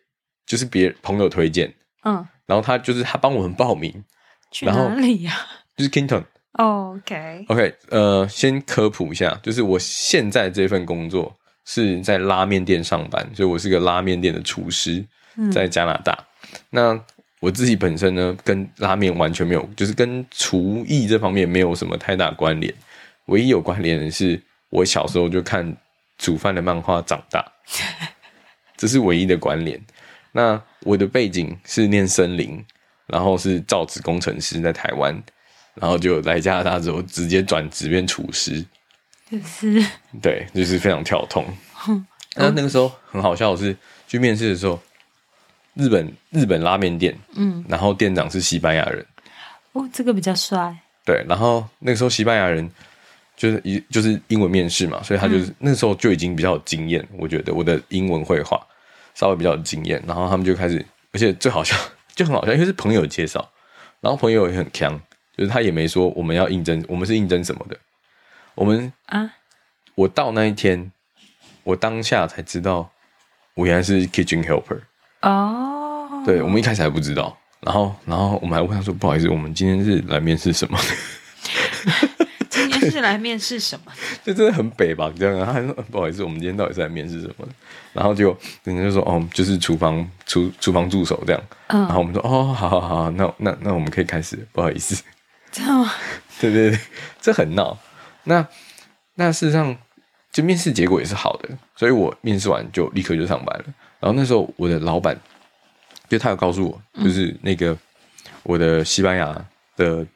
[SPEAKER 1] 就是别朋友推荐，
[SPEAKER 2] 嗯，
[SPEAKER 1] 然后他就是他帮我们报名，
[SPEAKER 2] 去
[SPEAKER 1] 然后
[SPEAKER 2] 哪里 呀、
[SPEAKER 1] 就是 Kington。
[SPEAKER 2] o k
[SPEAKER 1] OK，呃，先科普一下，就是我现在这份工作是在拉面店上班，所以我是个拉面店的厨师，
[SPEAKER 2] 嗯
[SPEAKER 1] 在加拿大。那我自己本身呢，跟拉面完全没有，就是跟厨艺这方面没有什么太大关联。唯一有关联的是，我小时候就看煮饭的漫画长大，这是唯一的关联。那我的背景是念森林，然后是造纸工程师，在台湾，然后就来加拿大之后直接转职变厨师，
[SPEAKER 2] 就是
[SPEAKER 1] 对，就是非常跳痛。那那个时候很好笑的是，去面试的时候，日本日本拉面店，
[SPEAKER 2] 嗯，
[SPEAKER 1] 然后店长是西班牙人，
[SPEAKER 2] 哦，这个比较帅，
[SPEAKER 1] 对，然后那个时候西班牙人就是一就是英文面试嘛，所以他就是、那时候就已经比较有经验，我觉得我的英文绘画稍微比较有经验，然后他们就开始，而且最好笑 就很好笑，因为是朋友介绍，然后朋友也很强，就是他也没说我们要应征，我们是应征什么的，我们
[SPEAKER 2] 啊，
[SPEAKER 1] 我到那一天，我当下才知道我原来是 kitchen helper，
[SPEAKER 2] 哦，
[SPEAKER 1] 对我们一开始还不知道。然后，然后我们还问他说：“不好意思，我们今天是来面试什么的？”
[SPEAKER 2] 今天是来面试什么？
[SPEAKER 1] 这真的很北吧？这样啊，他 还说呃不好意思，我们今天到底是来面试什么？然后就人家就说哦，就是厨房厨厨房助手这样。
[SPEAKER 2] 嗯
[SPEAKER 1] 然后我们说哦，好好好，那那那我们可以开始了，不好意思。
[SPEAKER 2] 这样吗？
[SPEAKER 1] 对对对，这很闹。那那事实上，就面试结果也是好的，所以我面试完就立刻就上班了。然后那时候我的老板，就他有告诉我，就是那个我的西班牙的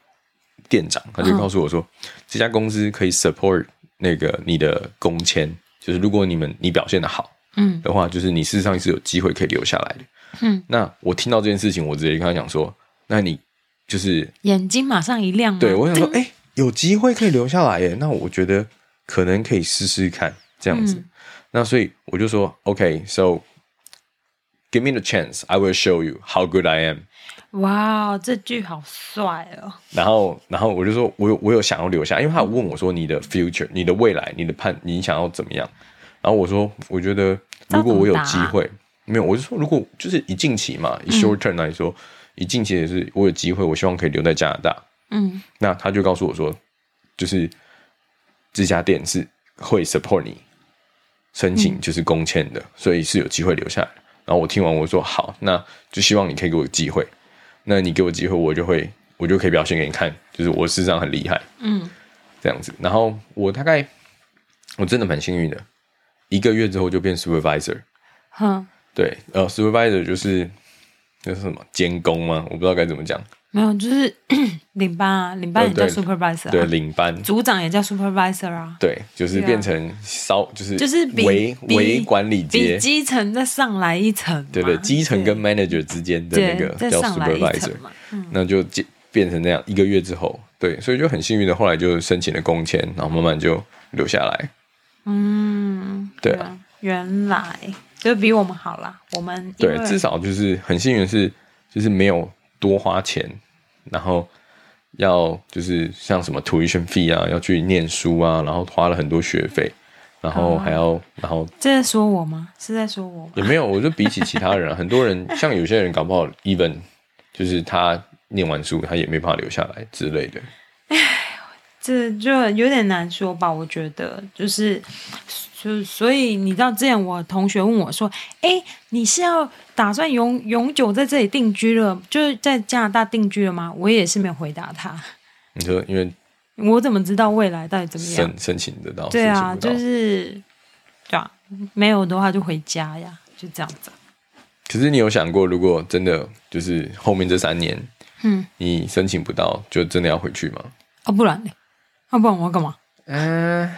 [SPEAKER 1] 店长，他就告诉我说，这家公司可以 support 那个你的工签，就是如果你们你表现的好
[SPEAKER 2] 嗯
[SPEAKER 1] 的话，就是你事实上是有机会可以留下来的。
[SPEAKER 2] 嗯，
[SPEAKER 1] 那我听到这件事情，我直接跟他讲说，那你就是
[SPEAKER 2] 眼睛马上一亮啊吗，
[SPEAKER 1] 对，我想说，
[SPEAKER 2] 叮
[SPEAKER 1] 哎、有机会可以留下来耶，那我觉得可能可以试试看这样子。
[SPEAKER 2] 嗯
[SPEAKER 1] 那所以我就说，OK，so、give me the chance, I will show you how good I am。
[SPEAKER 2] 哇哦，这句好帅哦，
[SPEAKER 1] 然后，然后我就说，我有我有想要留下，因为他有问我说，你的 future，你的未来，你的判，你想要怎么样？然后我说，我觉得如果我有机会，没有，我就说，如果就是以近期嘛，以 short term 来说，以近期也是我有机会，我希望可以留在加拿大。
[SPEAKER 2] 嗯
[SPEAKER 1] 那他就告诉我说，就是这家店是会 support 你申
[SPEAKER 2] 嗯
[SPEAKER 1] 请就是工签的，所以是有机会留下来。然后我听完我说好，那就希望你可以给我机会。那你给我机会，我就会我就可以表现给你看，就是我事实上很厉害
[SPEAKER 2] 嗯，
[SPEAKER 1] 这样子。然后我大概我真的蛮幸运的，一个月之后就变 supervisor。
[SPEAKER 2] 哼，
[SPEAKER 1] 对，呃，supervisor 就是就是什么监工吗？我不知道该怎么讲。
[SPEAKER 2] 没有，就是 领班啊，领班也叫
[SPEAKER 1] 呃对
[SPEAKER 2] supervisor，、啊、
[SPEAKER 1] 对，领班
[SPEAKER 2] 组长也叫 supervisor 啊，
[SPEAKER 1] 对，就是
[SPEAKER 2] 对啊
[SPEAKER 1] 变成稍就是
[SPEAKER 2] 就是比
[SPEAKER 1] 为
[SPEAKER 2] 比
[SPEAKER 1] 为管理
[SPEAKER 2] 比
[SPEAKER 1] 阶，
[SPEAKER 2] 基层再上来一层嘛，
[SPEAKER 1] 对对，基层跟 manager 之间的那
[SPEAKER 2] 对
[SPEAKER 1] 个
[SPEAKER 2] 再
[SPEAKER 1] 叫
[SPEAKER 2] 上来一
[SPEAKER 1] supervisor，
[SPEAKER 2] 层嘛，嗯
[SPEAKER 1] 那就变变成那样。一个月之后，对，所以就很幸运的，后来就申请了工签，然后慢慢就留下来。
[SPEAKER 2] 嗯，
[SPEAKER 1] 对啊
[SPEAKER 2] 原来就比我们好啦，我们因
[SPEAKER 1] 对
[SPEAKER 2] 为，
[SPEAKER 1] 至少就是很幸运的是，就是没有多花钱，然后要就是像什么 tuition fee 啊，要去念书啊，然后花了很多学费，然后
[SPEAKER 2] 啊
[SPEAKER 1] 还要、然后
[SPEAKER 2] 这在说我吗？是在说我吗？
[SPEAKER 1] 也没有，我就比起其他人啊，很多人像有些人搞不好，even 就是他念完书，他也没办法留下来之类的。
[SPEAKER 2] 这就有点难说吧，我觉得就是，就所以你知道，之前我同学问我说：“哎，你是要打算永永久在这里定居了，就是在加拿大定居了吗？”我也是没有回答他，
[SPEAKER 1] 你说，因为
[SPEAKER 2] 我怎么知道未来到底怎么样？
[SPEAKER 1] 申申请得到，
[SPEAKER 2] 对啊，
[SPEAKER 1] 申请不
[SPEAKER 2] 就
[SPEAKER 1] 到。
[SPEAKER 2] 是对啊，没有的话就回家呀，就这样子。
[SPEAKER 1] 可是你有想过，如果真的就是后面这三年
[SPEAKER 2] 嗯，
[SPEAKER 1] 你申请不到，就真的要回去吗？
[SPEAKER 2] 啊，不然呢？啊，不然我要干嘛？
[SPEAKER 1] 嗯、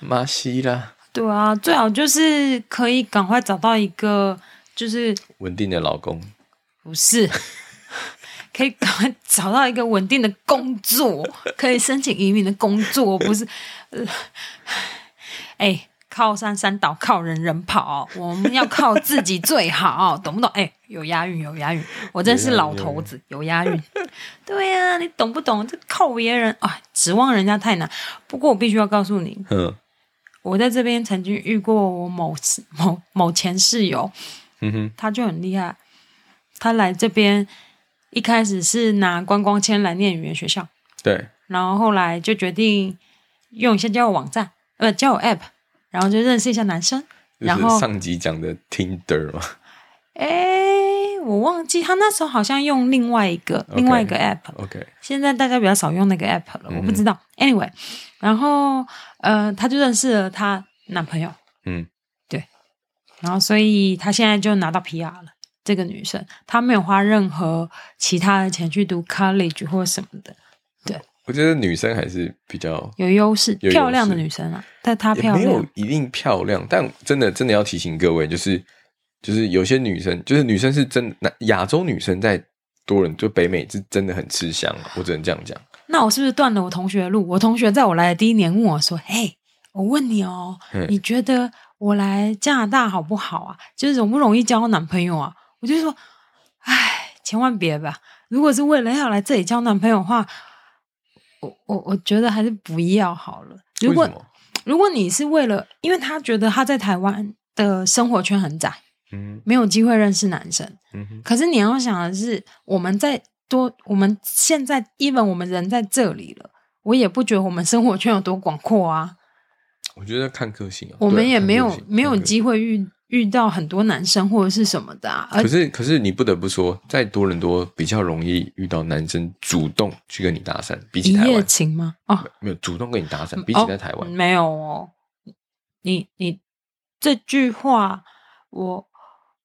[SPEAKER 1] 马西啦，
[SPEAKER 2] 对啊，最好就是可以赶快找到一个，就是
[SPEAKER 1] 稳定的老公，
[SPEAKER 2] 不是，可以赶快找到一个稳定的工作，可以申请移民的工作，不是？呃哎、靠山山倒，靠人人跑，我们要靠自己最好，懂不懂？哎、有押韵，有押韵，我真是老头子，有押韵。对呀、你懂哎不懂？这靠别人啊，指望人家太难。不过我必须要告诉你，
[SPEAKER 1] 哼，
[SPEAKER 2] 我在这边曾经遇过我某次某某前室友，
[SPEAKER 1] 嗯哼，
[SPEAKER 2] 他就很厉害，他来这边一开始是拿观光签来念语言学校，
[SPEAKER 1] 对，
[SPEAKER 2] 然后后来就决定用一下交友网站，呃，交友 app，然后就认识一下男生。
[SPEAKER 1] 就
[SPEAKER 2] 然
[SPEAKER 1] 是
[SPEAKER 2] 后
[SPEAKER 1] 上集讲的 Tinder 嘛，
[SPEAKER 2] 诶，我忘记他那时候好像用另外一个另外一个 app，
[SPEAKER 1] OK，嗯
[SPEAKER 2] 现在大家比较少用那个 app 了，我不知道。Anyway，然后呃，她就认识了她男朋友，
[SPEAKER 1] 嗯，
[SPEAKER 2] 然后所以她现在就拿到 PR 了。这个女生她没有花任何其他的钱去读 college 或什么的，
[SPEAKER 1] 我觉得女生还是比较
[SPEAKER 2] 有优势，
[SPEAKER 1] 有优势
[SPEAKER 2] 漂亮的女生啊，但她
[SPEAKER 1] 也
[SPEAKER 2] 漂
[SPEAKER 1] 没有
[SPEAKER 2] 亮，
[SPEAKER 1] 一定漂亮，但真的真的要提醒各位，就是就是有些女生，就是女生是真的，那亚洲女生在多人就北美是真的很吃香啊，我只能这样讲。
[SPEAKER 2] 那我是不是断了我同学的路？我同学在我来的第一年问我说：“嘿，我问你哦，
[SPEAKER 1] 嗯
[SPEAKER 2] 你觉得我来加拿大好不好啊？就是容不容易交男朋友啊？”我就说：“哎，千万别吧！如果是为了要来这里交男朋友的话，我我我觉得还是不要好了。如
[SPEAKER 1] 为
[SPEAKER 2] 果
[SPEAKER 1] 什么？
[SPEAKER 2] 如果你是为了，因为他觉得他在台湾的生活圈很窄，
[SPEAKER 1] 嗯
[SPEAKER 2] 没有机会认识男生，
[SPEAKER 1] 嗯哼，
[SPEAKER 2] 可是你要想的是，我们在多，我们现在 even 我们人在这里了，我也不觉得我们生活圈有多广阔啊。
[SPEAKER 1] 我觉得看个性啊，
[SPEAKER 2] 我
[SPEAKER 1] 对
[SPEAKER 2] 们
[SPEAKER 1] 啊
[SPEAKER 2] 也
[SPEAKER 1] 看
[SPEAKER 2] 没
[SPEAKER 1] 个
[SPEAKER 2] 有
[SPEAKER 1] 性
[SPEAKER 2] 没有
[SPEAKER 1] 看个性
[SPEAKER 2] 机会遇遇到很多男生或者是什么的啊。而
[SPEAKER 1] 可是可是你不得不说，在多伦多比较容易遇到男生主动去跟你搭讪，比
[SPEAKER 2] 一
[SPEAKER 1] 起台
[SPEAKER 2] 夜
[SPEAKER 1] 湾
[SPEAKER 2] 情吗？哦，
[SPEAKER 1] 没有主动跟你搭讪，比起在台湾
[SPEAKER 2] 哦、，没有哦。你你这句话，我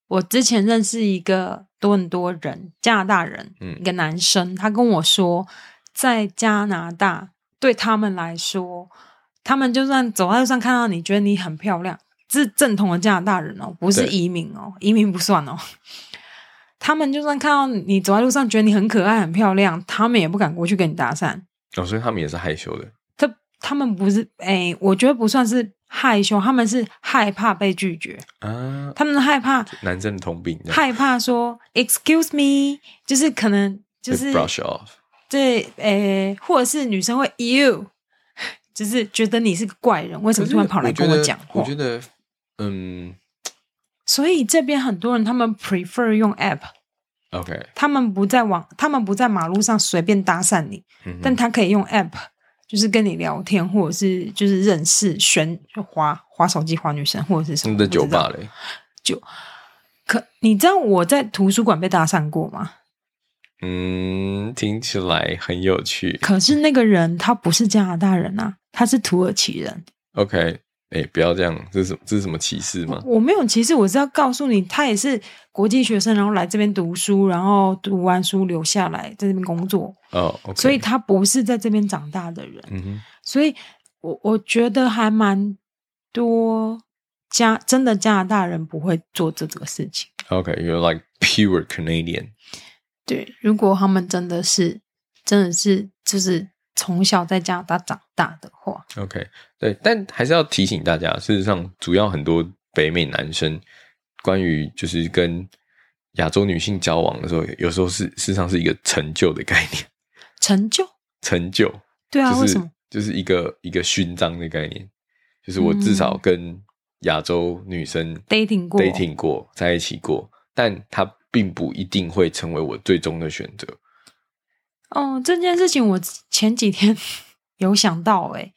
[SPEAKER 2] 我之前认识一个多伦多人，加拿大人，
[SPEAKER 1] 嗯
[SPEAKER 2] 一个男生，他跟我说，在加拿大对他们来说，他们就算走在路上看到你，觉得你很漂亮，这是正统的加拿大人哦，不是
[SPEAKER 1] 对
[SPEAKER 2] 移民哦，移民不算哦。 他们就算看到你走在路上，觉得你很可爱、很漂亮，他们也不敢过去跟你搭讪。
[SPEAKER 1] 哦，所以他们也是害羞的。
[SPEAKER 2] 他他们不是哎、我觉得不算是害羞，他们是害怕被拒绝，
[SPEAKER 1] 啊，
[SPEAKER 2] 他们害怕
[SPEAKER 1] 男生的通病，这样
[SPEAKER 2] 害怕说 “excuse me”，就是可能就
[SPEAKER 1] 被
[SPEAKER 2] 是
[SPEAKER 1] brush off，
[SPEAKER 2] 对哎、或者是女生会 “you”，就是觉得你是个怪人，为什么突然跑来跟
[SPEAKER 1] 我
[SPEAKER 2] 我
[SPEAKER 1] 觉得
[SPEAKER 2] 讲话
[SPEAKER 1] 我觉？得，嗯
[SPEAKER 2] 所以这边很多人他们 prefer 用 app，
[SPEAKER 1] ，OK，
[SPEAKER 2] 他们不在网，他们不在马路上随便搭讪你，
[SPEAKER 1] 嗯哼
[SPEAKER 2] 但他可以用 app。就是跟你聊天，或者是就是认识、选滑滑手机、滑女生，或者是什
[SPEAKER 1] 他们
[SPEAKER 2] 么
[SPEAKER 1] 的
[SPEAKER 2] 我不知
[SPEAKER 1] 酒
[SPEAKER 2] 道
[SPEAKER 1] 吧嘞，
[SPEAKER 2] 可你知道我在图书馆被搭讪过吗？
[SPEAKER 1] 嗯，听起来很有趣。
[SPEAKER 2] 可是那个人他不是加拿大人啊，他是土耳其人。
[SPEAKER 1] OK，哎、不要这样，这是什这是什么歧视吗？
[SPEAKER 2] 我没有歧视，我是要告诉你，他也是国际学生，然后来这边读书，然后读完书留下来在这边工作，
[SPEAKER 1] 哦，OK，
[SPEAKER 2] 所以他不是在这边长大的人。
[SPEAKER 1] 嗯哼，
[SPEAKER 2] 所以我我觉得还蛮多加真的加拿大人不会做这个事情。
[SPEAKER 1] OK，you're、like pure Canadian。
[SPEAKER 2] 对，如果他们真的是真的是就是从小在加拿大长大的话，
[SPEAKER 1] OK，对，但还是要提醒大家，事实上，主要很多北美男生关于就是跟亚洲女性交往的时候，有时候是事实上是一个成就的概念，
[SPEAKER 2] 成就。
[SPEAKER 1] 成就
[SPEAKER 2] 对啊，
[SPEAKER 1] 就
[SPEAKER 2] 为
[SPEAKER 1] 是
[SPEAKER 2] 什么？
[SPEAKER 1] 就是一个一个勋章的概念，就是我至少跟亚洲女生
[SPEAKER 2] 嗯 dating 过
[SPEAKER 1] dating 过，在一起过，但她并不一定会成为我最终的选择。
[SPEAKER 2] 哦，这件事情我前几天 有想到、欸，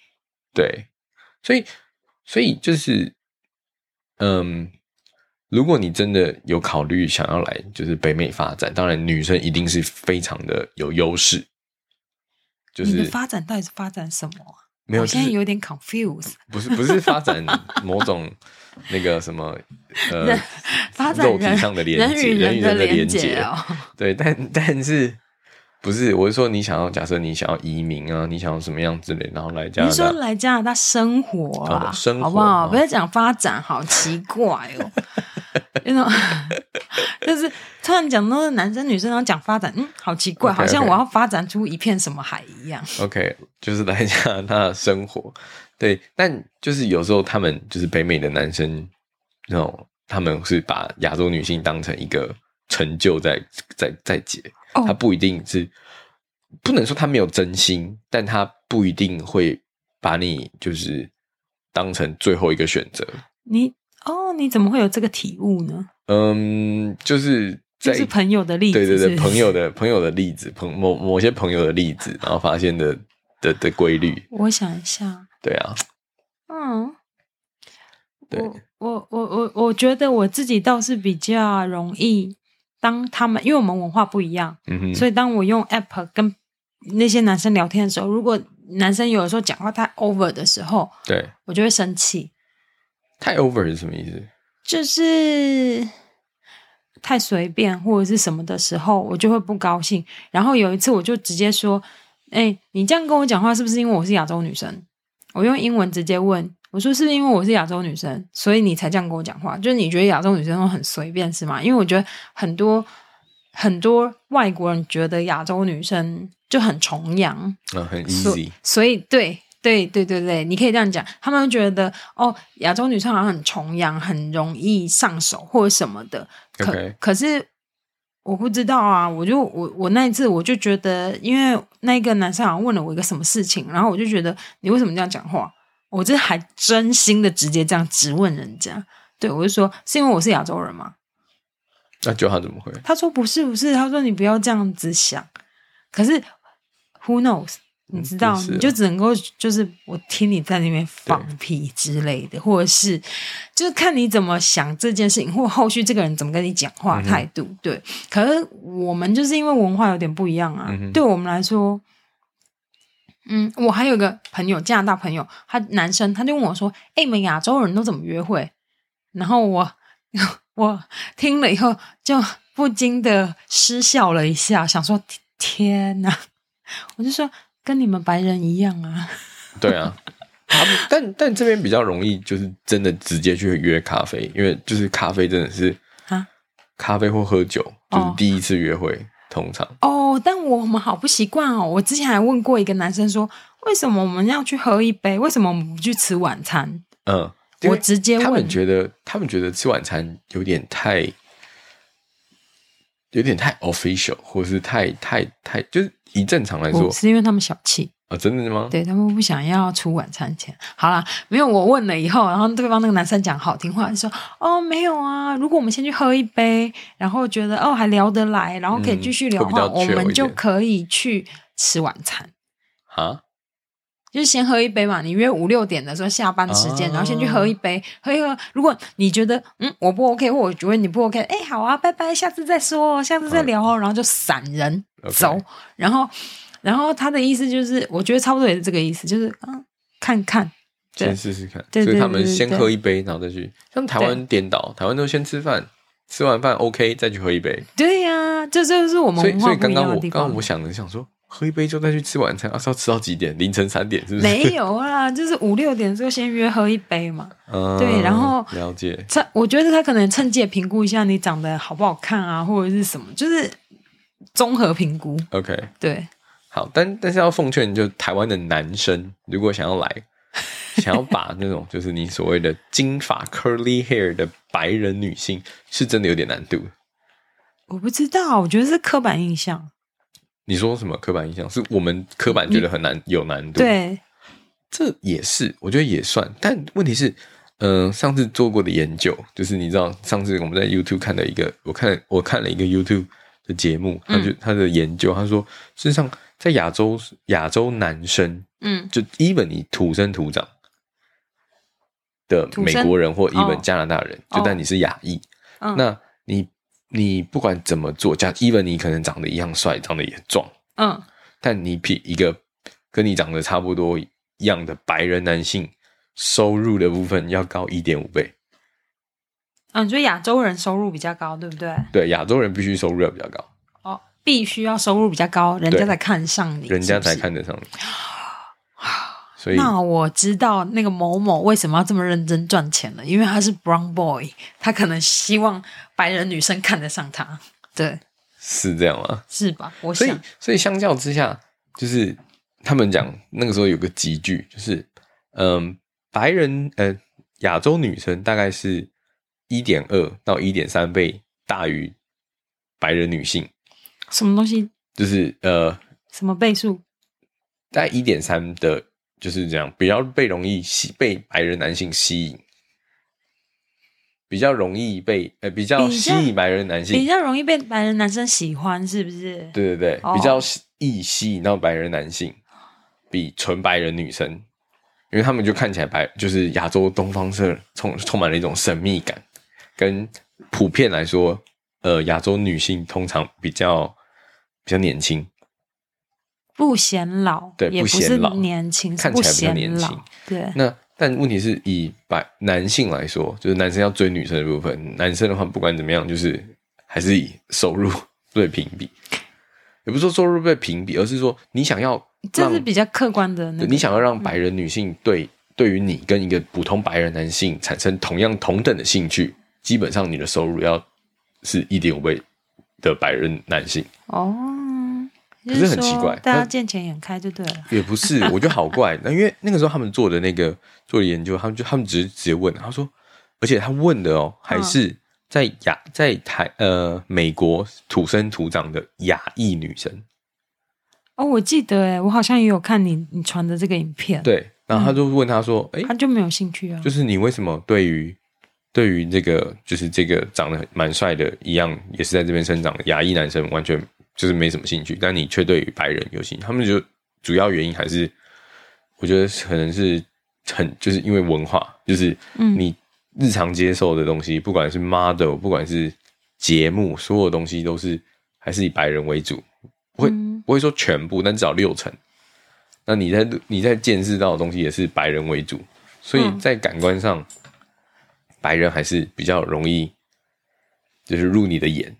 [SPEAKER 1] 对，所以所以就是，嗯，如果你真的有考虑想要来就是北美发展，当然女生一定是非常的有优势，就
[SPEAKER 2] 你
[SPEAKER 1] 是
[SPEAKER 2] 的发展到底是发展什么啊、
[SPEAKER 1] 没有，
[SPEAKER 2] 我
[SPEAKER 1] 就
[SPEAKER 2] 现在
[SPEAKER 1] 是
[SPEAKER 2] 有点 confused。
[SPEAKER 1] 不是不是发展某种那个什么呃
[SPEAKER 2] 人发展
[SPEAKER 1] 肉体
[SPEAKER 2] 人
[SPEAKER 1] 上的连
[SPEAKER 2] 人
[SPEAKER 1] 接，
[SPEAKER 2] 与
[SPEAKER 1] 人与
[SPEAKER 2] 的
[SPEAKER 1] 人的连
[SPEAKER 2] 接
[SPEAKER 1] 接
[SPEAKER 2] 哦，
[SPEAKER 1] 对，但但是不是我是说你想要假设你想要移民啊，你想要什么样之类，然后来加
[SPEAKER 2] 你
[SPEAKER 1] 拿
[SPEAKER 2] 是说
[SPEAKER 1] 大。
[SPEAKER 2] 来加拿大生活啊，
[SPEAKER 1] 啊哦生活
[SPEAKER 2] 好不好？
[SPEAKER 1] 哦
[SPEAKER 2] 不要讲发展，好奇怪 哦。那种就是突然讲到男生女生，然后讲发展，嗯，好奇怪
[SPEAKER 1] OK，
[SPEAKER 2] 好像
[SPEAKER 1] OK
[SPEAKER 2] 我要发展出一片什么海一样。
[SPEAKER 1] OK，就是来加拿大的生活，对，但就是有时候他们就是北美的男生，那种他们是把亚洲女性当成一个成就在在在解，
[SPEAKER 2] 哦
[SPEAKER 1] 他不一定是不能说他没有真心，但他不一定会把你就是当成最后一个选择。
[SPEAKER 2] 你哦，你怎么会有这个体悟呢？
[SPEAKER 1] 嗯，就是在
[SPEAKER 2] 就是朋友的例子，
[SPEAKER 1] 对对
[SPEAKER 2] 是
[SPEAKER 1] 对，
[SPEAKER 2] 不是
[SPEAKER 1] 朋友的朋友的例子，朋某某些朋友的例子，然后发现的的的规律，
[SPEAKER 2] 我想一下，
[SPEAKER 1] 对啊，
[SPEAKER 2] 嗯，
[SPEAKER 1] 对
[SPEAKER 2] 我我我我我觉得我自己倒是比较容易，当他们因为我们文化不一样，
[SPEAKER 1] 嗯哼，
[SPEAKER 2] 所以当我用 app 跟那些男生聊天的时候，如果男生有的时候讲话太 over 的时候，
[SPEAKER 1] 对，
[SPEAKER 2] 我就会生气，
[SPEAKER 1] 太 over 是什么意思？
[SPEAKER 2] 就是太随便或者是什么的时候，我就会不高兴。然后有一次我就直接说：“哎、你这样跟我讲话，是不是因为我是亚洲女生？”我用英文直接问我说：“是不是因为我是亚洲女生，所以你才这样跟我讲话？就是你觉得亚洲女生都很随便是吗？因为我觉得很多很多外国人觉得亚洲女生就很崇洋，
[SPEAKER 1] 啊，很
[SPEAKER 2] 所
[SPEAKER 1] easy，
[SPEAKER 2] 所以对对对对对，你可以这样讲，他们会觉得哦，亚洲女生好像很崇洋，很容易上手或者什么的。可
[SPEAKER 1] OK
[SPEAKER 2] 可是我不知道啊，我就我我那一次我就觉得，因为那个男生好像问了我一个什么事情，然后我就觉得你为什么这样讲话？我这还真心的直接这样质问人家，对我就说是因为我是亚洲人吗？
[SPEAKER 1] 那就他怎么会？
[SPEAKER 2] 他说不是不是，他说你不要这样子想。可是 who knows？你知道，
[SPEAKER 1] 嗯是啊
[SPEAKER 2] 你就只能够就是我听你在那边放屁之类的，或者是就是看你怎么想这件事情，或后续这个人怎么跟你讲话
[SPEAKER 1] 嗯哼
[SPEAKER 2] 态度。对，可是我们就是因为文化有点不一样啊，
[SPEAKER 1] 嗯哼
[SPEAKER 2] 对我们来说。嗯，我还有一个朋友，加拿大朋友，他男生，他就问我说：“哎、你们亚洲人都怎么约会？”然后我 我听了以后就不禁的失笑了一下，想说天天哪，我就说跟你们白人一样啊，
[SPEAKER 1] 对啊，他们 但但这边比较容易，就是真的直接去约咖啡，因为就是咖啡真的是
[SPEAKER 2] 啊，
[SPEAKER 1] 咖啡或喝酒，就
[SPEAKER 2] 哦
[SPEAKER 1] 是第一次约会，通常
[SPEAKER 2] 哦，但我们好不习惯哦。我之前还问过一个男生说，为什么我们要去喝一杯？为什么我们不去吃晚餐？
[SPEAKER 1] 嗯，因
[SPEAKER 2] 我
[SPEAKER 1] 为
[SPEAKER 2] 直接
[SPEAKER 1] 他们
[SPEAKER 2] 问，
[SPEAKER 1] 觉得他们觉得吃晚餐有点太。有点太 official，或是太太太，就是以正常来说
[SPEAKER 2] 不是因为他们小气，
[SPEAKER 1] 啊，真的吗？
[SPEAKER 2] 对他们不想要出晚餐钱。好啦，没有我问了以后，然后对方那个男生讲好听话，就说哦没有啊，如果我们先去喝一杯，然后觉得哦还聊得来，然后可以
[SPEAKER 1] 嗯
[SPEAKER 2] 继续聊
[SPEAKER 1] 会
[SPEAKER 2] 的
[SPEAKER 1] 比较
[SPEAKER 2] 话，我
[SPEAKER 1] chill 一
[SPEAKER 2] 们就
[SPEAKER 1] 点
[SPEAKER 2] 可以去吃晚餐。
[SPEAKER 1] 啊，
[SPEAKER 2] 就是先喝一杯嘛，你约五六点的时候下班时间，
[SPEAKER 1] 哦
[SPEAKER 2] 然后先去喝一杯，喝一喝。如果你觉得嗯我不 OK，或我觉得你不 OK，哎好啊，拜拜，下次再说哦，下次再聊哦，然后就闪人
[SPEAKER 1] 啊 OK
[SPEAKER 2] 走。然后，然后他的意思就是，我觉得差不多也是这个意思，就是嗯看看，对
[SPEAKER 1] 先试试看。
[SPEAKER 2] 对对
[SPEAKER 1] 所以他们
[SPEAKER 2] 对对
[SPEAKER 1] 先
[SPEAKER 2] 对
[SPEAKER 1] 喝一杯，然后再去。像台湾颠倒，台湾都先吃饭，吃完饭 OK 再去喝一杯。
[SPEAKER 2] 对呀、这这就是我们
[SPEAKER 1] 所以
[SPEAKER 2] 文
[SPEAKER 1] 所
[SPEAKER 2] 化
[SPEAKER 1] 以
[SPEAKER 2] 不
[SPEAKER 1] 刚
[SPEAKER 2] 一样
[SPEAKER 1] 刚
[SPEAKER 2] 的
[SPEAKER 1] 我
[SPEAKER 2] 地
[SPEAKER 1] 刚
[SPEAKER 2] 方。
[SPEAKER 1] 刚我想的想说，喝一杯就再去吃晚餐，啊是要吃到几点？凌晨三点是不是？
[SPEAKER 2] 没有啦，就是五六点之后先约喝一杯嘛。
[SPEAKER 1] 嗯
[SPEAKER 2] 对然后
[SPEAKER 1] 了解。
[SPEAKER 2] 他我觉得他可能趁机也评估一下你长得好不好看啊，或者是什么，就是综合评估。
[SPEAKER 1] OK，
[SPEAKER 2] 对，
[SPEAKER 1] 好，但但是要奉劝，就台湾的男生，如果想要来，想要把那种就是你所谓的金发 curly hair 的白人女性，是真的有点难度。
[SPEAKER 2] 我不知道，我觉得是刻板印象。
[SPEAKER 1] 你说什么刻板印象？是我们刻板觉得很难，有难度。
[SPEAKER 2] 对，
[SPEAKER 1] 这也是，我觉得也算。但问题是，嗯、上次做过的研究，就是你知道，上次我们在 YouTube 看的一个，我看我看了一个 YouTube 的节目，他
[SPEAKER 2] 嗯
[SPEAKER 1] 就、他的研究，他说，事实上在亚洲亚洲男生，
[SPEAKER 2] 嗯，
[SPEAKER 1] 就 even 你土生土长的
[SPEAKER 2] 土
[SPEAKER 1] 美
[SPEAKER 2] 生
[SPEAKER 1] 国人或 even
[SPEAKER 2] 哦
[SPEAKER 1] 加拿大人，
[SPEAKER 2] 哦
[SPEAKER 1] 就但你是亚裔，
[SPEAKER 2] 嗯
[SPEAKER 1] 那你你不管怎么做，加 even 你可能长得一样帅，长得也壮，
[SPEAKER 2] 嗯，
[SPEAKER 1] 但你比一个跟你长得差不多一样的白人男性收入的部分要高一点五倍。
[SPEAKER 2] 啊，你觉得亚洲人收入比较高，对不对？
[SPEAKER 1] 对，亚洲人必须收入要比较高，
[SPEAKER 2] 哦，必须要收入比较高，人家才看上你，
[SPEAKER 1] 人家才
[SPEAKER 2] 是不是。
[SPEAKER 1] 看得上你。所以，
[SPEAKER 2] 那我知道那个某某为什么要这么认真赚钱了，因为他是 brown boy，他可能希望白人女生看得上他，对，
[SPEAKER 1] 是这样吗？
[SPEAKER 2] 是吧？我
[SPEAKER 1] 所以
[SPEAKER 2] 想，，
[SPEAKER 1] 所以相较之下，就是他们讲那个时候有个集句，就是嗯，白人呃亚洲女生大概是一点二到一点三倍大于白人女性，
[SPEAKER 2] 什么东西，
[SPEAKER 1] 就是呃
[SPEAKER 2] 什么倍数，
[SPEAKER 1] 大概一点三的就是这样，不要被容易吸被白人男性吸引，比较容易被呃比较
[SPEAKER 2] 比
[SPEAKER 1] 吸
[SPEAKER 2] 较
[SPEAKER 1] 引白人男
[SPEAKER 2] 比
[SPEAKER 1] 性，
[SPEAKER 2] 较容易被白人男生喜欢，是不是？
[SPEAKER 1] 对对对，
[SPEAKER 2] 哦
[SPEAKER 1] 比较易吸引到白人男性，比纯白人女生，因为他们就看起来白，就是亚洲东方社充充满了一种神秘感，跟普遍来说，呃，亚洲女性通常比较比较年轻，
[SPEAKER 2] 不显老，
[SPEAKER 1] 对
[SPEAKER 2] 也
[SPEAKER 1] 不
[SPEAKER 2] 不
[SPEAKER 1] 显
[SPEAKER 2] 是
[SPEAKER 1] 老
[SPEAKER 2] 年轻，是
[SPEAKER 1] 看起来比较
[SPEAKER 2] 显
[SPEAKER 1] 年
[SPEAKER 2] 老
[SPEAKER 1] 轻。
[SPEAKER 2] 对，
[SPEAKER 1] 那但问题是以白男性来说，就是男生要追女生的部分，男生的话不管怎么样，就是还是以收入 对评比，也不是说收入被评比，而是说你想要
[SPEAKER 2] 这
[SPEAKER 1] 让
[SPEAKER 2] 是比较客观的那
[SPEAKER 1] 对
[SPEAKER 2] 个。嗯
[SPEAKER 1] 你想要让白人女性对对于你跟一个普通白人男性产生同样同等的兴趣，基本上你的收入要是一点五倍的白人男性，
[SPEAKER 2] 哦，
[SPEAKER 1] 可
[SPEAKER 2] 就是
[SPEAKER 1] 很奇
[SPEAKER 2] 说
[SPEAKER 1] 怪
[SPEAKER 2] 大
[SPEAKER 1] 那
[SPEAKER 2] 家见钱眼开就对了。
[SPEAKER 1] 也不是，我觉得好怪。那因为那个时候他们做的那个做的研究，他们就他们只是直接问，他说，而且他问的哦，还是在亚在台呃美国土生土长的亚裔女生，
[SPEAKER 2] 哦，我记得哎，我好像也有看你你传的这个影片，
[SPEAKER 1] 对，然后他就问他说，哎、
[SPEAKER 2] 他就没有兴趣啊
[SPEAKER 1] 就。是你为什么对于对于这个就是这个长得蛮帅的，一样也是在这边生长的亚裔男生，完全就是没什么兴趣，但你却对于白人有兴趣，他们就主要原因还是我觉得可能是很就是因为文化，就是
[SPEAKER 2] 嗯
[SPEAKER 1] 你日常接受的东西，不管是 model，不管是节目，所有东西都是还是以白人为主，不会、
[SPEAKER 2] 嗯
[SPEAKER 1] 不会说全部，但至少六成。那你在你在见识到的东西也是白人为主，所以
[SPEAKER 2] 嗯
[SPEAKER 1] 在感官上，白人还是比较容易，就是入你的眼。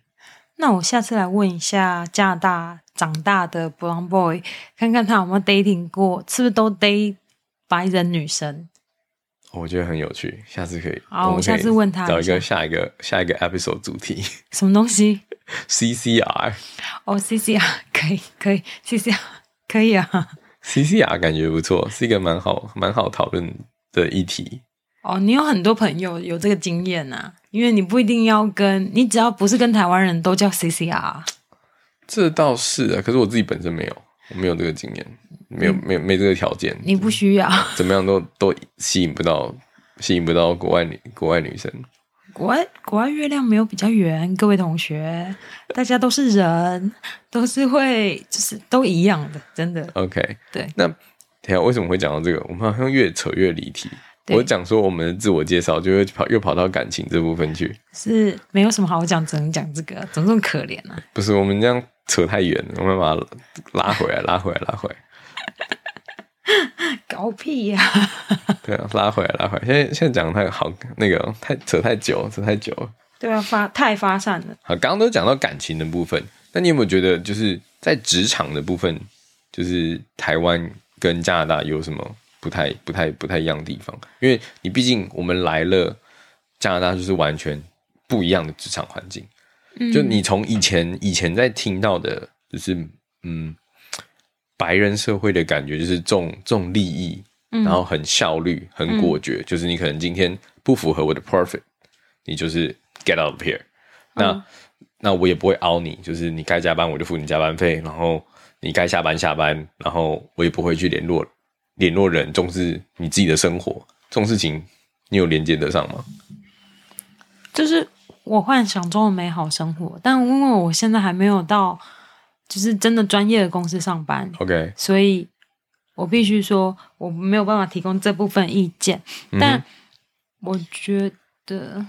[SPEAKER 2] 那我下次来问一下加拿大长大的 brown boy，看看他有没有 dating 过，是不是都 date 白人女生？
[SPEAKER 1] 哦我觉得很有趣，下次可以。
[SPEAKER 2] 好
[SPEAKER 1] 们
[SPEAKER 2] 我
[SPEAKER 1] 可以
[SPEAKER 2] 下次问他一下
[SPEAKER 1] 找一个下一个下一个 episode 主题
[SPEAKER 2] 什么东西？
[SPEAKER 1] CCR
[SPEAKER 2] 哦，C C R 可以可以，C C R 可以啊。
[SPEAKER 1] CCR 感觉不错，是一个蛮好蛮好讨论的议题。
[SPEAKER 2] 哦，你有很多朋友有这个经验呐、因为你不一定要跟你，只要不是跟台湾人都叫 C C R。啊
[SPEAKER 1] 这倒是啊，可是我自己本身没有，我没有这个经验，没有没有没这个条件，
[SPEAKER 2] 嗯你不需要。
[SPEAKER 1] 怎么样都都吸引不到，吸引不到国外女国外女生。
[SPEAKER 2] 国外国外月亮没有比较圆，各位同学，大家都是人，都是会，就是都一样的，真的。
[SPEAKER 1] OK，
[SPEAKER 2] 对
[SPEAKER 1] 那等一下为什么会讲到这个？我们好像越扯越离题。
[SPEAKER 2] 对
[SPEAKER 1] 我讲说我们的自我介绍，就会跑又跑到感情这部分去，
[SPEAKER 2] 是没有什么好讲，只能讲这个，怎么这么可怜啊呢、
[SPEAKER 1] 不是我们这样扯太远了，我们把它拉回来，拉回来，拉回来，
[SPEAKER 2] 搞屁呀、
[SPEAKER 1] 对啊，拉回来，拉回来。现在现在讲得太好，那个太扯太久，扯太久了。
[SPEAKER 2] 对啊，发太发散了。
[SPEAKER 1] 好，刚刚都讲到感情的部分，那你有没有觉得就是在职场的部分，就是台湾跟加拿大有什么不太、不太、不太一样的地方？因为你毕竟我们来了加拿大，就是完全不一样的职场环境。就你从以前以前在听到的，就是嗯，白人社会的感觉就是重重利益，然后很效率、很果决，就是你可能今天不符合我的 perfect，你就是 get out of here。那、那我也不会凹你，就是你该加班我就付你加班费，然后你该下班下班，然后我也不会去联络联络人，重视你自己的生活，这种事情你有连接得上吗？
[SPEAKER 2] 就是我幻想中的美好生活，但因为我现在还没有到，就是真的专业的公司上班，
[SPEAKER 1] OK，
[SPEAKER 2] 所以我必须说我没有办法提供这部分意见。但我觉得，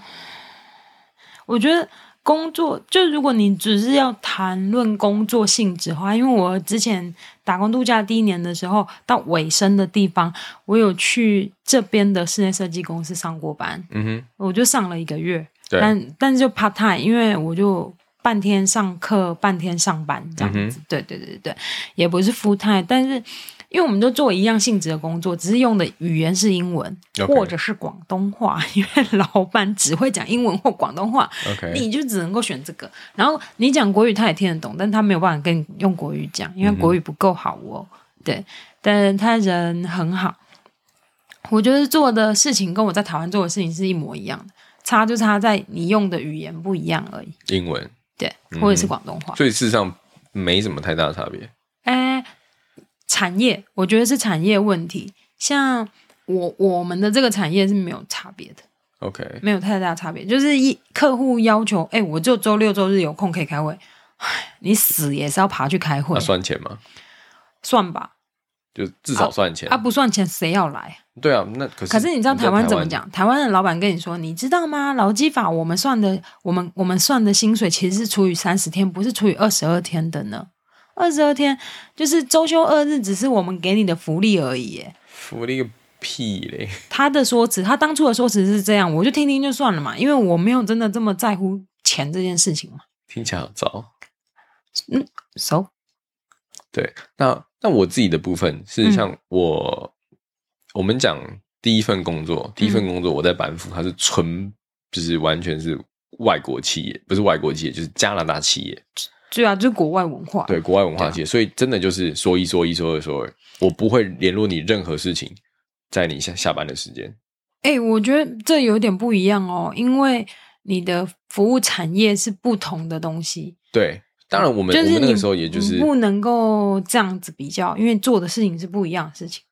[SPEAKER 2] 我觉得工作就如果你只是要谈论工作性质的话，因为我之前打工度假第一年的时候，到尾声的地方，我有去这边的室内设计公司上过班，
[SPEAKER 1] 嗯哼，
[SPEAKER 2] 我就上了一个月，
[SPEAKER 1] 对，
[SPEAKER 2] 但但是就 part time，因为我就半天上课，半天上班这
[SPEAKER 1] 嗯
[SPEAKER 2] 样子。对对对对对，也不是 full time，但是因为我们都做一样性质的工作，只是用的语言是英文
[SPEAKER 1] OK
[SPEAKER 2] 或者是广东话， 因为老板只会讲英文或广东话，
[SPEAKER 1] OK，
[SPEAKER 2] 你就只能够选这个。然后你讲国语，他也听得懂，但他没有办法跟你用国语讲，因为国语不够好哦。对，但他人很好，我觉得做的事情跟我在台湾做的事情是一模一样的，差就差在你用的语言不一样而已。
[SPEAKER 1] 英文，
[SPEAKER 2] 对，或者是广东话。
[SPEAKER 1] 所以事实上没什么太大的差别。
[SPEAKER 2] 哎、产业，我觉得是产业问题。像我我们的这个产业是没有差别的，
[SPEAKER 1] OK，
[SPEAKER 2] 没有太大差别，就是一客户要求，哎、我就周六周日有空可以开会，唉你死也是要爬去开会，
[SPEAKER 1] 那算钱吗？
[SPEAKER 2] 算吧，
[SPEAKER 1] 就至少算钱
[SPEAKER 2] 啊，不算钱谁要来？
[SPEAKER 1] 对啊，那可是
[SPEAKER 2] 可是你知道
[SPEAKER 1] 在台
[SPEAKER 2] 台湾怎么？讲？台湾的老板跟你说，你知道吗？劳基法我们算的，我们我们算的薪水其实是除以三十天，不是除以二十二天的呢。二十二天就是周休二日，只是我们给你的福利而已耶。
[SPEAKER 1] 福利个屁嘞！
[SPEAKER 2] 他的说辞，他当初的说辞是这样，我就听听就算了嘛，因为我没有真的这么在乎钱这件事情嘛。嗯
[SPEAKER 1] 听起来好糟。
[SPEAKER 2] So，
[SPEAKER 1] 对，那那我自己的部分是
[SPEAKER 2] 嗯
[SPEAKER 1] 像我，我们讲第一份工作，第一
[SPEAKER 2] 嗯
[SPEAKER 1] 份工作我在板斧，它是纯就是完全是外国企业，不是外国企业，就是加拿大企业，
[SPEAKER 2] 对啊，就是国外文化。
[SPEAKER 1] 对，国外文
[SPEAKER 2] 啊
[SPEAKER 1] 化企业，所以真的就是说一说一说二说二，我不会联络你任何事情，在你下下班的时间。
[SPEAKER 2] 哎、我觉得这有点不一样哦，因为你的服务产业是不同的东西。
[SPEAKER 1] 对，当然我们、
[SPEAKER 2] 就是
[SPEAKER 1] 我
[SPEAKER 2] 你
[SPEAKER 1] 们那个时候也就是
[SPEAKER 2] 你不能够这样子比较，因为做的事情是不一样的事情。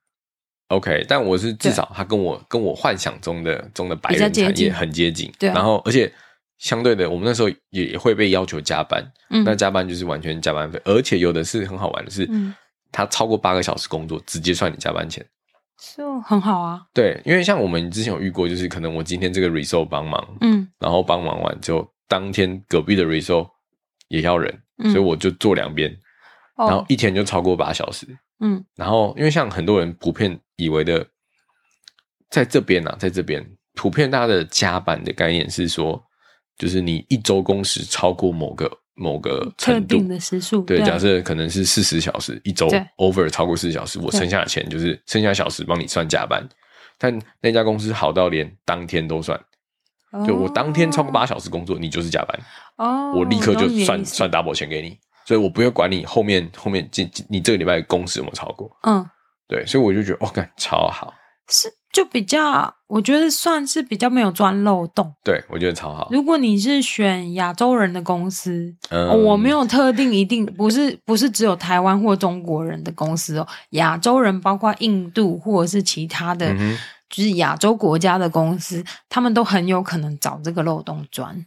[SPEAKER 1] OK，但我是至
[SPEAKER 2] 对
[SPEAKER 1] 少他跟我跟我幻想中的中的白
[SPEAKER 2] 比较
[SPEAKER 1] 人
[SPEAKER 2] 接
[SPEAKER 1] 产业
[SPEAKER 2] 近
[SPEAKER 1] 很接近，
[SPEAKER 2] 对啊
[SPEAKER 1] 然后而且相对的，我们那时候也也会被要求加班，
[SPEAKER 2] 嗯，
[SPEAKER 1] 那加班就是完全加班费，而且有的是很好玩的是，
[SPEAKER 2] 嗯
[SPEAKER 1] 他超过八个小时工作直接算你加班钱。
[SPEAKER 2] 就很好啊。
[SPEAKER 1] 对，因为像我们之前有遇过，就是可能我今天这个 result 帮忙，
[SPEAKER 2] 嗯
[SPEAKER 1] 然后帮忙完之后，当天隔壁的 result 也要人，
[SPEAKER 2] 嗯，
[SPEAKER 1] 所以我就做两边，然后
[SPEAKER 2] 哦，
[SPEAKER 1] 一天就超过八小时。
[SPEAKER 2] 嗯
[SPEAKER 1] 然后，因为像很多人普遍以为的，在这边啊，在这边普遍大家的加班的概念是说，就是你一周工时超过某个某个
[SPEAKER 2] 特
[SPEAKER 1] 程度
[SPEAKER 2] 定，的时数，
[SPEAKER 1] 对，
[SPEAKER 2] 啊
[SPEAKER 1] 假设可能是四十小时一周
[SPEAKER 2] 对
[SPEAKER 1] over 超过四十小时，我
[SPEAKER 2] 对
[SPEAKER 1] 剩下的钱就是剩下的小时帮你算加班。但那家公司好到连当天都算，就我当天超过八小时工作，你就是加班，
[SPEAKER 2] 哦，
[SPEAKER 1] 我立刻就
[SPEAKER 2] 懂你的
[SPEAKER 1] 算
[SPEAKER 2] 意思
[SPEAKER 1] 算 double 钱给你，所以我不会管你后面后面这这你这个礼拜的工时有没有超过。
[SPEAKER 2] 嗯，
[SPEAKER 1] 对，所以我就觉得哦，干超好，
[SPEAKER 2] 是就比较，我觉得算是比较没有钻漏洞。
[SPEAKER 1] 对我觉得超好。
[SPEAKER 2] 如果你是选亚洲人的公司，
[SPEAKER 1] 嗯，
[SPEAKER 2] 哦我没
[SPEAKER 1] 有
[SPEAKER 2] 有特定一定不是不是只有台湾或中国人的公司哦，亚洲人包括印度或者是其他的，
[SPEAKER 1] 嗯哼
[SPEAKER 2] 就是亚洲国家的公司，他们都很有可能找这个漏洞钻。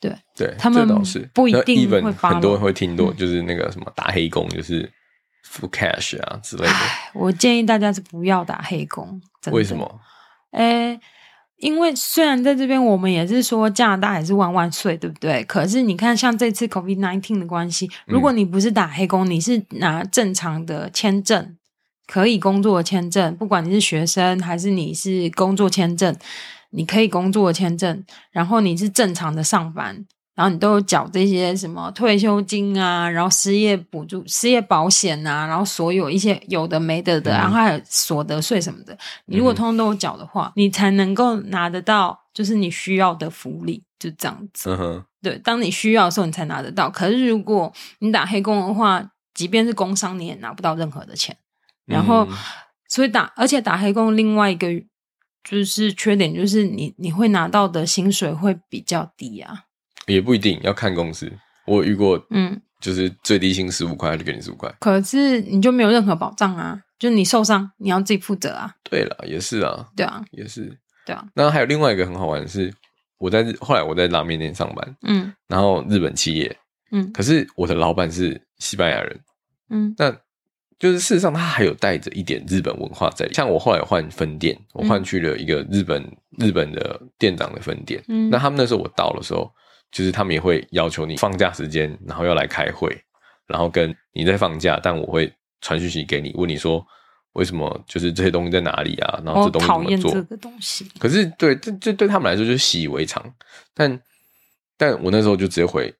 [SPEAKER 1] 对，
[SPEAKER 2] 他们
[SPEAKER 1] 这倒是
[SPEAKER 2] 不一
[SPEAKER 1] 那
[SPEAKER 2] 定
[SPEAKER 1] even
[SPEAKER 2] 会发
[SPEAKER 1] 很多人
[SPEAKER 2] 了
[SPEAKER 1] 会听多，
[SPEAKER 2] 嗯
[SPEAKER 1] 就是那个什么打黑工，就是 full cash 啊之类的。
[SPEAKER 2] 我建议大家是不要打黑工，真的
[SPEAKER 1] 为什？么？
[SPEAKER 2] 诶，因为虽然在这边我们也是说加拿大也是万万岁，对不对？可是你看，像这次 COVID nineteen 的关系，如果你不是打黑工，你是拿正常的签证，可以工作的签证，不管你是学生还是你是工作签证，你可以工作的签证，然后你是正常的上班。然后你都有缴这些什么退休金啊，然后失业补助、失业保险啊，然后所有一些有的没的的，
[SPEAKER 1] 嗯
[SPEAKER 2] 然后还有所得税什么的，你如果
[SPEAKER 1] 嗯哼
[SPEAKER 2] 通通都有缴的话，你才能够拿得到，就是你需要的福利，就这样子。
[SPEAKER 1] 嗯哼，
[SPEAKER 2] 对，当你需要的时候，你才拿得到。可是如果你打黑工的话，即便是工伤，你也拿不到任何的钱。然后，
[SPEAKER 1] 嗯
[SPEAKER 2] 所以打，而且打黑工另外一个就是缺点，就是你你会拿到的薪水会比较低啊。
[SPEAKER 1] 也不一定要看公司。我有遇过，
[SPEAKER 2] 嗯，
[SPEAKER 1] 就是最低薪十五块，他就给你十五块。
[SPEAKER 2] 可是你就没有任何保障啊，就是你受伤，你要自己负责啊。
[SPEAKER 1] 对了，也是啊，
[SPEAKER 2] 对啊，
[SPEAKER 1] 也是。
[SPEAKER 2] 对啊，
[SPEAKER 1] 然后还有另外一个很好玩的是，我在日后来我在拉面店上班，
[SPEAKER 2] 嗯
[SPEAKER 1] 然后日本企业，
[SPEAKER 2] 嗯
[SPEAKER 1] 可是我的老板是西班牙人，
[SPEAKER 2] 嗯
[SPEAKER 1] 那就是事实上，他还有带着一点日本文化在里。像我后来换分店，我
[SPEAKER 2] 嗯
[SPEAKER 1] 换去了一个日本、日本的店长的分店。
[SPEAKER 2] 嗯
[SPEAKER 1] 那他们那时候我到的时候，就是他们也会要求你放假时间，然后要来开会，然后跟你在放假，但我会传讯息给你，问你说为什么就是这些东西在哪里啊，然后
[SPEAKER 2] 我
[SPEAKER 1] 这东西
[SPEAKER 2] 哦讨厌
[SPEAKER 1] 怎么做？
[SPEAKER 2] 这个东西。
[SPEAKER 1] 可是对这这对他们来说就是习以为常，但但我那时候就直接回，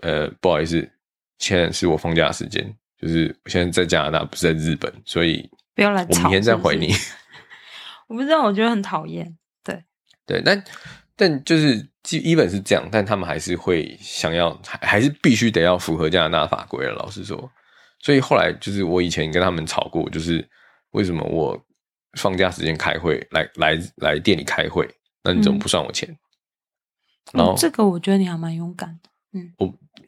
[SPEAKER 1] 呃，不好意思，现在是我放假的时间，就是我现在在加拿大，不是在日本，所以
[SPEAKER 2] 不要来
[SPEAKER 1] 我
[SPEAKER 2] 吵。
[SPEAKER 1] 明天再
[SPEAKER 2] 是不
[SPEAKER 1] 回
[SPEAKER 2] 是
[SPEAKER 1] 你。
[SPEAKER 2] 我不知道，我觉得很讨厌。
[SPEAKER 1] 对，但但就是基基本是这样，但他们还是会想要，还还是必须得要符合加拿大法规了。老实说，所以后来就是我以前跟他们吵过，就是为什么我放假时间开会，来来来店里开会，那你怎么
[SPEAKER 2] 嗯
[SPEAKER 1] 不算我钱？然后
[SPEAKER 2] 嗯、这个我觉得你还蛮勇敢的。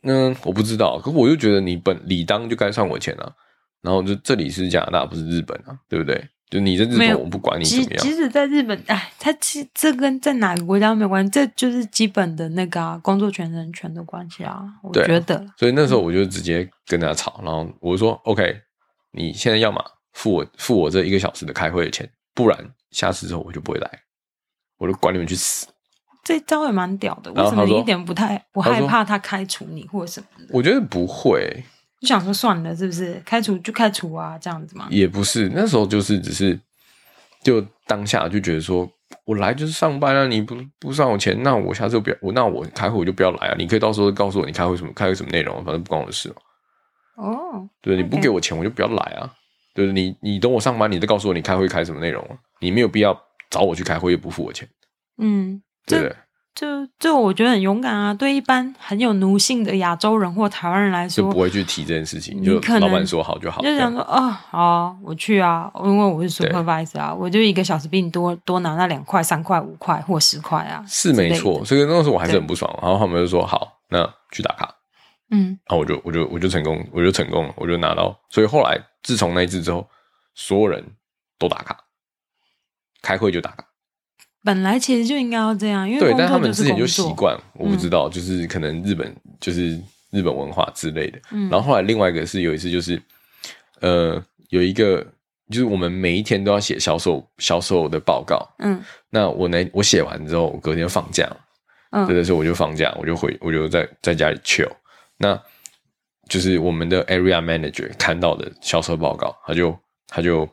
[SPEAKER 1] 嗯，我不知道，可我就觉得你本理当就该算我钱啊。然后就这里是加拿大，不是日本啊，对不对？就你在日本，
[SPEAKER 2] 没有
[SPEAKER 1] 我不管你怎
[SPEAKER 2] 即
[SPEAKER 1] 么样
[SPEAKER 2] 即。使在日本，哎，它其这跟在哪个国家没有关系，这就是基本的那个、啊、工作权人权的关系啊，我
[SPEAKER 1] 对啊
[SPEAKER 2] 觉得。
[SPEAKER 1] 所以那时候我就直接跟他吵，然后我就说 OK，你现在要么付我付我这一个小时的开会的钱，不然下次之后我就不会来，我就管你们去死。
[SPEAKER 2] 这招也蛮屌的，
[SPEAKER 1] 然后
[SPEAKER 2] 为什么
[SPEAKER 1] 他说
[SPEAKER 2] 你一点不太不
[SPEAKER 1] 他
[SPEAKER 2] 害
[SPEAKER 1] 说
[SPEAKER 2] 怕他开除你或者什么的？
[SPEAKER 1] 我觉得不会，
[SPEAKER 2] 就想说算了，是不是开除就开除啊，这样子嘛。
[SPEAKER 1] 也不是，那时候就是只是就当下就觉得说，我来就是上班啊，你不不算我钱，那我下次就不要，我那我开会我就不要来啊。你可以到时候告诉我你开会什么开会什么内容，反正不关我的事嘛。
[SPEAKER 2] 哦，
[SPEAKER 1] 对，你不
[SPEAKER 2] OK
[SPEAKER 1] 给我钱我就不要来啊。对，你你等我上班，你再告诉我你开会开什么内容啊，你没有必要找我去开会又不付我钱，
[SPEAKER 2] 嗯，
[SPEAKER 1] 对
[SPEAKER 2] 这
[SPEAKER 1] 不对？
[SPEAKER 2] 就就我觉得很勇敢啊，对一般很有奴性的亚洲人或台湾人来
[SPEAKER 1] 就
[SPEAKER 2] 说，
[SPEAKER 1] 不会去提这件事情，
[SPEAKER 2] 你
[SPEAKER 1] 就
[SPEAKER 2] 可
[SPEAKER 1] 老
[SPEAKER 2] 能
[SPEAKER 1] 板说好就好。
[SPEAKER 2] 就想
[SPEAKER 1] 这样
[SPEAKER 2] 说哦，好啊，我去啊，因为我是
[SPEAKER 1] 对
[SPEAKER 2] supervisor 啊，我就一个小时比你多多拿那两块、三块、五块或十块啊，
[SPEAKER 1] 是没
[SPEAKER 2] 之类
[SPEAKER 1] 错，
[SPEAKER 2] 的
[SPEAKER 1] 所以那时候我还是
[SPEAKER 2] 对
[SPEAKER 1] 很不爽，啊然后他们就说好，那去打卡。
[SPEAKER 2] 嗯，
[SPEAKER 1] 然后我就我就我就成功，我就成功了，我就拿到。所以后来自从那一次之后，所有人都打卡，开会就打卡。
[SPEAKER 2] 本来其实就应该要这样，因为
[SPEAKER 1] 对，
[SPEAKER 2] 工
[SPEAKER 1] 但他
[SPEAKER 2] 作
[SPEAKER 1] 们
[SPEAKER 2] 就
[SPEAKER 1] 之
[SPEAKER 2] 是
[SPEAKER 1] 前就
[SPEAKER 2] 工
[SPEAKER 1] 习
[SPEAKER 2] 作，嗯
[SPEAKER 1] 惯，我不知道，就是可能日本就是日本文化之类的。
[SPEAKER 2] 嗯，
[SPEAKER 1] 然后后来另外一个是有一次就是，呃，有一个就是我们每一天都要写销售销售的报告。
[SPEAKER 2] 嗯
[SPEAKER 1] 那我那我写完之后，我隔天放假了
[SPEAKER 2] 嗯
[SPEAKER 1] 对的时候我就放假，我就回，我就在在家里 chill。那就是我们的 area manager 看到的销售报告，他就他就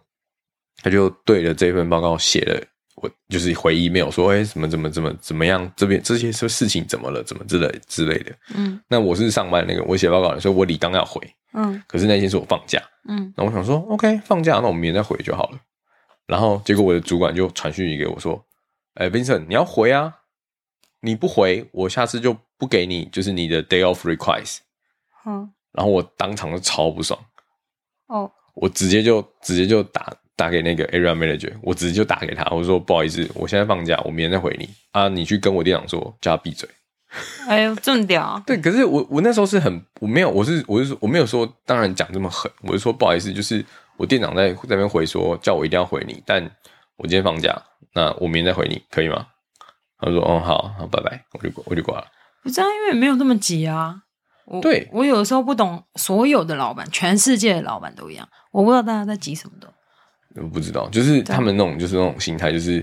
[SPEAKER 1] 他就对着这份报告写了，我就是回 email 说，哎、怎么怎么怎么怎么样，这边这些事事情怎么了，怎么之类之类的。
[SPEAKER 2] 嗯
[SPEAKER 1] 那我是上班那个，我写报告的时候，我理当要回，
[SPEAKER 2] 嗯
[SPEAKER 1] 可是那天是我放假，
[SPEAKER 2] 嗯，
[SPEAKER 1] 那我想说，OK，放假，那我们明天再回就好了。然后结果我的主管就传讯息给我说：“哎、v i n c e n t 你要回啊，你不回，我下次就不给你，就是你的 day off request。
[SPEAKER 2] 好”
[SPEAKER 1] 然后我当场就超不爽，
[SPEAKER 2] 哦，
[SPEAKER 1] 我直接就直接就打打给那个 area manager，我直接就打给他，我说不好意思，我现在放假，我明天再回你啊，你去跟我店长说，叫他闭嘴。
[SPEAKER 2] 哎呦，这么屌啊，
[SPEAKER 1] 对，可是我我那时候是很我没有，我是我是说我没有说，当然讲这么狠，我是说不好意思，就是我店长在在那边回说叫我一定要回你，但我今天放假，那我明天再回你，可以吗？他说哦好，好拜拜，我就挂我就挂了。
[SPEAKER 2] 不是啊，因为没有那么急啊。我
[SPEAKER 1] 对
[SPEAKER 2] 我有的时候不懂，所有的老板，全世界的老板都一样，我不知道大家在急什么的。
[SPEAKER 1] 我不知道，就是他们那种就是那种心态，就是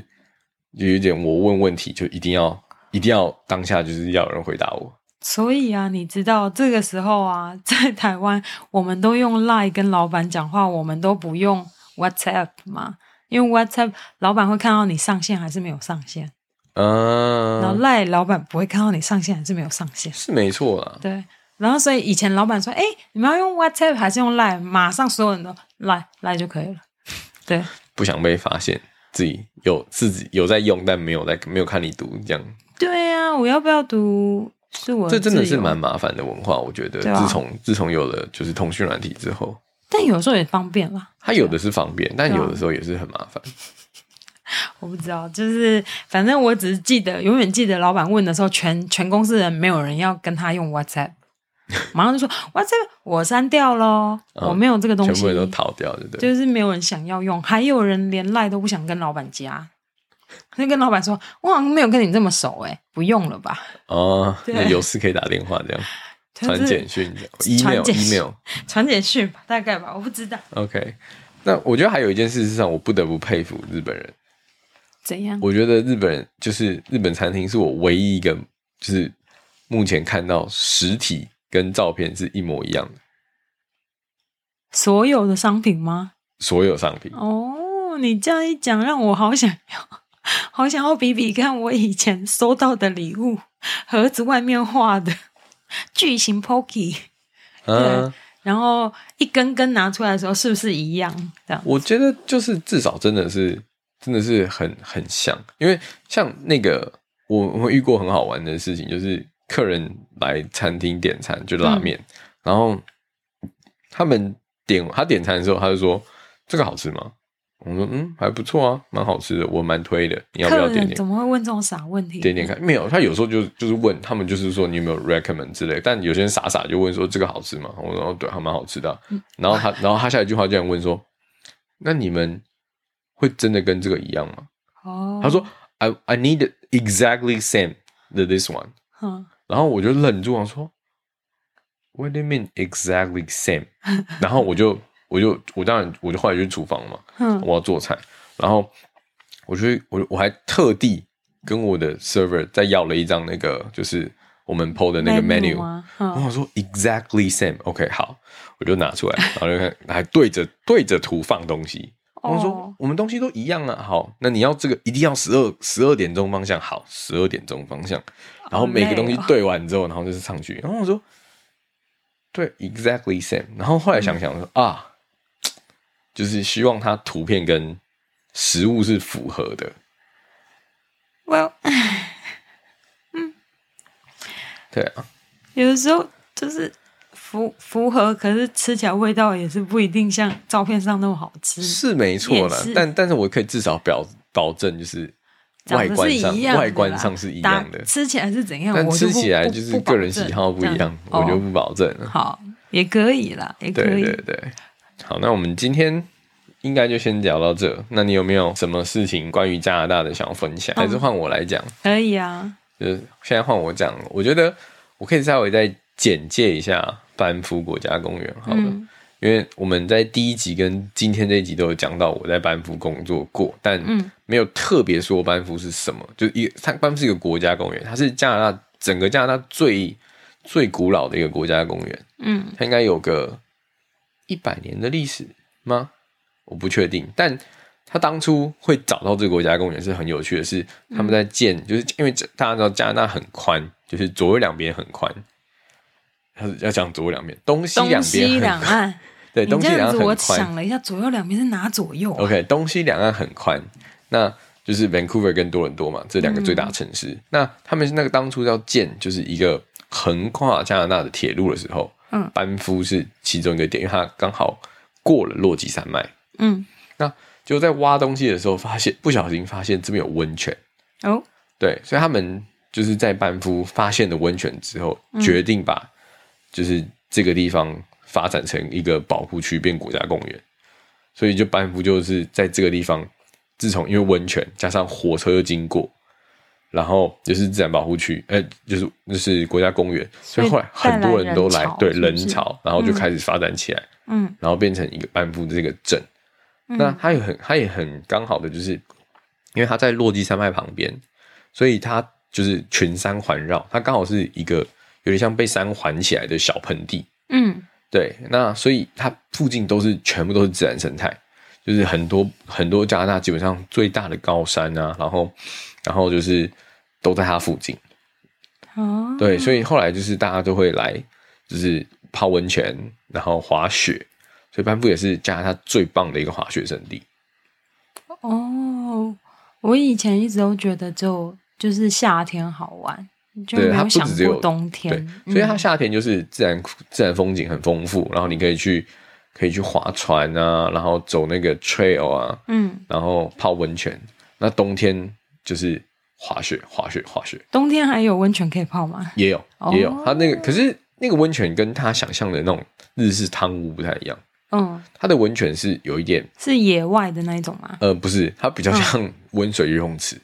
[SPEAKER 1] 就有一点我问问题就一定要一定要当下就是要有人回答我，
[SPEAKER 2] 所以啊，你知道这个时候啊，在台湾我们都用 Line 跟老板讲话，我们都不用 WhatsApp 嘛，因为 WhatsApp 老板会看到你上线还是没有上线，
[SPEAKER 1] 嗯、
[SPEAKER 2] 然后 Line 老板不会看到你上线还是没有上线。
[SPEAKER 1] 是没错啦，
[SPEAKER 2] 对，然后所以以前老板说，哎，你们要用 WhatsApp 还是用 Line，马上所有人都 Line Line 就可以了。 对，
[SPEAKER 1] 不想被发现自己有自己有在用，但没有在没有看你读这样。
[SPEAKER 2] 对呀、啊，我要不要读是我
[SPEAKER 1] 这真的是
[SPEAKER 2] 自由
[SPEAKER 1] 蛮麻烦的文化，我觉得。
[SPEAKER 2] 对啊
[SPEAKER 1] 自从自从有了就是通讯软体之后，
[SPEAKER 2] 但有时候也方便啦。
[SPEAKER 1] 它有的是方便，但
[SPEAKER 2] 对啊
[SPEAKER 1] 有的时候也是很麻烦。
[SPEAKER 2] 我不知道，就是反正我只是记得，永远记得老板问的时候，全全公司人没有人要跟他用 WhatsApp，马上就说 WhatsApp 我删掉喽，
[SPEAKER 1] 嗯
[SPEAKER 2] 我没有这个东
[SPEAKER 1] 全
[SPEAKER 2] 西
[SPEAKER 1] 部人，都逃掉，对不对？
[SPEAKER 2] 就是没有人想要用，还有人连赖都不想跟老板加，就跟老板说，我好像没有跟你这么熟哎、不用了吧，
[SPEAKER 1] 哦，
[SPEAKER 2] 对
[SPEAKER 1] 那有事可以打电话，这样传简讯这样
[SPEAKER 2] 传简讯
[SPEAKER 1] ，email，email。
[SPEAKER 2] 传简讯吧，大概吧，我不知道
[SPEAKER 1] OK，那我觉得还有一件事是让我不得不佩服日本人。
[SPEAKER 2] 怎样，
[SPEAKER 1] 我觉得日本人就是日本餐厅是我唯一一个就是目前看到实体跟照片是一模一样的
[SPEAKER 2] 所有的商品吗？
[SPEAKER 1] 所有商品。
[SPEAKER 2] 哦，你这样一讲，让我好想要，好想要比比看我以前收到的礼物，盒子外面画的 巨型 Pocky，
[SPEAKER 1] 嗯，
[SPEAKER 2] 然后一根根拿出来的时候是不是一样？这样，
[SPEAKER 1] 我觉得就是至少真的是真的是很很像，因为像那个我我遇过很好玩的事情，就是客人来餐厅点餐就拉面，然后他们点他点餐的时候，他就说这个好吃吗？我说嗯，还不错啊，蛮好吃的，我蛮推的，你要不
[SPEAKER 2] 客
[SPEAKER 1] 要点
[SPEAKER 2] 人怎
[SPEAKER 1] 点
[SPEAKER 2] 么会问这种傻问题？
[SPEAKER 1] 点点看？没有，他有时候就就是问他们，就是说你有没有 recommend 之类，但有些人傻傻就问说这个好吃吗？我说哦，对，还蛮好吃的啊、然后他然后他下一句话竟然问说，那你们会真的跟这个一样吗？
[SPEAKER 2] 哦，
[SPEAKER 1] 他说 I I need it exactly same to this one，
[SPEAKER 2] 嗯，
[SPEAKER 1] 然后我就忍住，我说 What do you mean exactly same？然后我就我就我当然我就后来就去厨房嘛，
[SPEAKER 2] 嗯
[SPEAKER 1] 我要做菜，然后我就我我还特地跟我的 server 再要了一张那个就是我们 PO 的那个
[SPEAKER 2] Menu
[SPEAKER 1] menu，哦
[SPEAKER 2] 吗嗯
[SPEAKER 1] 然后我说 exactly same，OK、好，我就拿出来，然后就看还对着对着图放东西。
[SPEAKER 2] 哦
[SPEAKER 1] 我说我们东西都一样啊，好，那你要这个一定要十二十二点钟方向，好，十二点钟方向，然后每个东西
[SPEAKER 2] 好累哦
[SPEAKER 1] 对完之后，然后就是上去，然后我说对，exactly same，然后后来
[SPEAKER 2] 嗯
[SPEAKER 1] 想想说、啊，就是希望它图片跟实物是符合的，
[SPEAKER 2] ，Well，
[SPEAKER 1] 对啊，
[SPEAKER 2] 有的时候就是符符合，可是吃起来味道也是不一定像照片上那么好吃。
[SPEAKER 1] 是没错啦
[SPEAKER 2] 嗯也是，
[SPEAKER 1] 但但是我可以至少表保证就是
[SPEAKER 2] 长
[SPEAKER 1] 外
[SPEAKER 2] 得
[SPEAKER 1] 观
[SPEAKER 2] 是
[SPEAKER 1] 上
[SPEAKER 2] 一样的啦
[SPEAKER 1] 外观上是一
[SPEAKER 2] 大
[SPEAKER 1] 样的，
[SPEAKER 2] 吃起来是怎样？
[SPEAKER 1] 但
[SPEAKER 2] 我就
[SPEAKER 1] 吃
[SPEAKER 2] 不
[SPEAKER 1] 起来
[SPEAKER 2] 不
[SPEAKER 1] 就是
[SPEAKER 2] 不保
[SPEAKER 1] 个人喜
[SPEAKER 2] 证
[SPEAKER 1] 好不一
[SPEAKER 2] 这
[SPEAKER 1] 样，我就
[SPEAKER 2] 哦
[SPEAKER 1] 不保证了。
[SPEAKER 2] 好，也可以啦，也可
[SPEAKER 1] 对
[SPEAKER 2] 以。
[SPEAKER 1] 对对，好，那我们今天应该就先聊到这。那你有没有什么事情关于加拿大的想要分享？
[SPEAKER 2] 嗯
[SPEAKER 1] 还是换我来讲？
[SPEAKER 2] 可以啊，
[SPEAKER 1] 就是现在换我讲，我觉得我可以稍微再简介一下班夫国家公园好了。
[SPEAKER 2] 嗯
[SPEAKER 1] 因为我们在第一集跟今天这一集都有讲到我在班夫工作过，但
[SPEAKER 2] 嗯
[SPEAKER 1] 没有特别说班夫是什么，就一个它班夫是一个国家公园，它是加拿大整个加拿大最最古老的一个国家公园，
[SPEAKER 2] 嗯
[SPEAKER 1] 它应该有个一百年的历史吗？我不确定，但他当初会找到这个国家公园是很有趣的是，他们在建，
[SPEAKER 2] 嗯
[SPEAKER 1] 就是因为大家知道加拿大很宽，就是左右两边很宽，要要讲左右两边，东西
[SPEAKER 2] 东
[SPEAKER 1] 两
[SPEAKER 2] 西
[SPEAKER 1] 边很
[SPEAKER 2] 两
[SPEAKER 1] 宽，
[SPEAKER 2] 岸，
[SPEAKER 1] 对，
[SPEAKER 2] 你
[SPEAKER 1] 东西
[SPEAKER 2] 这
[SPEAKER 1] 两
[SPEAKER 2] 样
[SPEAKER 1] 岸
[SPEAKER 2] 子，
[SPEAKER 1] 很
[SPEAKER 2] 我
[SPEAKER 1] 宽，
[SPEAKER 2] 想了一下，左右两边是哪左右啊？
[SPEAKER 1] OK，东西两岸很宽，那就是 Vancouver 跟多伦多嘛，这两个最大城市。那他们是那个当初要建就是一个横跨加拿大的铁路的时候，
[SPEAKER 2] 嗯
[SPEAKER 1] 班夫是其中一个点，因为它刚好过了落基山脉。
[SPEAKER 2] 嗯，
[SPEAKER 1] 那就在挖东西的时候，发现不小心发现这边有温泉，
[SPEAKER 2] 哦，
[SPEAKER 1] 对，所以他们就是在班夫发现了温泉之后，
[SPEAKER 2] 嗯
[SPEAKER 1] 决定把就是这个地方发展成一个保护区，变国家公园。所以就班夫就是在这个地方，自从因为温泉加上火车又经过，然后就是自然保护区，呃，就是就是国家公园，所以后来
[SPEAKER 2] 所以
[SPEAKER 1] 很多人都来，
[SPEAKER 2] 带
[SPEAKER 1] 对
[SPEAKER 2] 来
[SPEAKER 1] 人
[SPEAKER 2] 人潮是不是
[SPEAKER 1] 潮，然后就开始发展起来。
[SPEAKER 2] 嗯
[SPEAKER 1] 然后变成一个班夫的这个镇。那它也很，它也很刚好的，就是因为它在落基山脉旁边，所以它就是群山环绕，它刚好是一个有点像被山环起来的小盆地。
[SPEAKER 2] 嗯
[SPEAKER 1] 对，那所以它附近都是全部都是自然生态，就是很多很多加拿大基本上最大的高山啊，然后然后就是都在它附近。
[SPEAKER 2] 哦，
[SPEAKER 1] 对，所以后来就是大家都会来，就是泡温泉，然后滑雪，所以班夫也是加拿大最棒的一个滑雪胜地。
[SPEAKER 2] 哦，我以前一直都觉得就就是夏天好玩，就
[SPEAKER 1] 对，
[SPEAKER 2] 没
[SPEAKER 1] 它不
[SPEAKER 2] 想
[SPEAKER 1] 只只有
[SPEAKER 2] 过冬
[SPEAKER 1] 对
[SPEAKER 2] 天，，嗯
[SPEAKER 1] 所以它夏天就是自然自然风景很丰富，然后你可以去可以去划船啊，然后走那个 trail 啊，
[SPEAKER 2] 嗯，
[SPEAKER 1] 然后泡温泉。那冬天就是滑雪，滑雪，滑雪
[SPEAKER 2] 冬天还有温泉可以泡吗？
[SPEAKER 1] 也有也有
[SPEAKER 2] 哦，
[SPEAKER 1] 它那个可是那个温泉跟他想象的那种日式汤屋不太一样，
[SPEAKER 2] 嗯，
[SPEAKER 1] 它的温泉是有一点。
[SPEAKER 2] 是野外的那一种吗？
[SPEAKER 1] 呃，不是，它比较
[SPEAKER 2] 嗯
[SPEAKER 1] 像温水游泳池。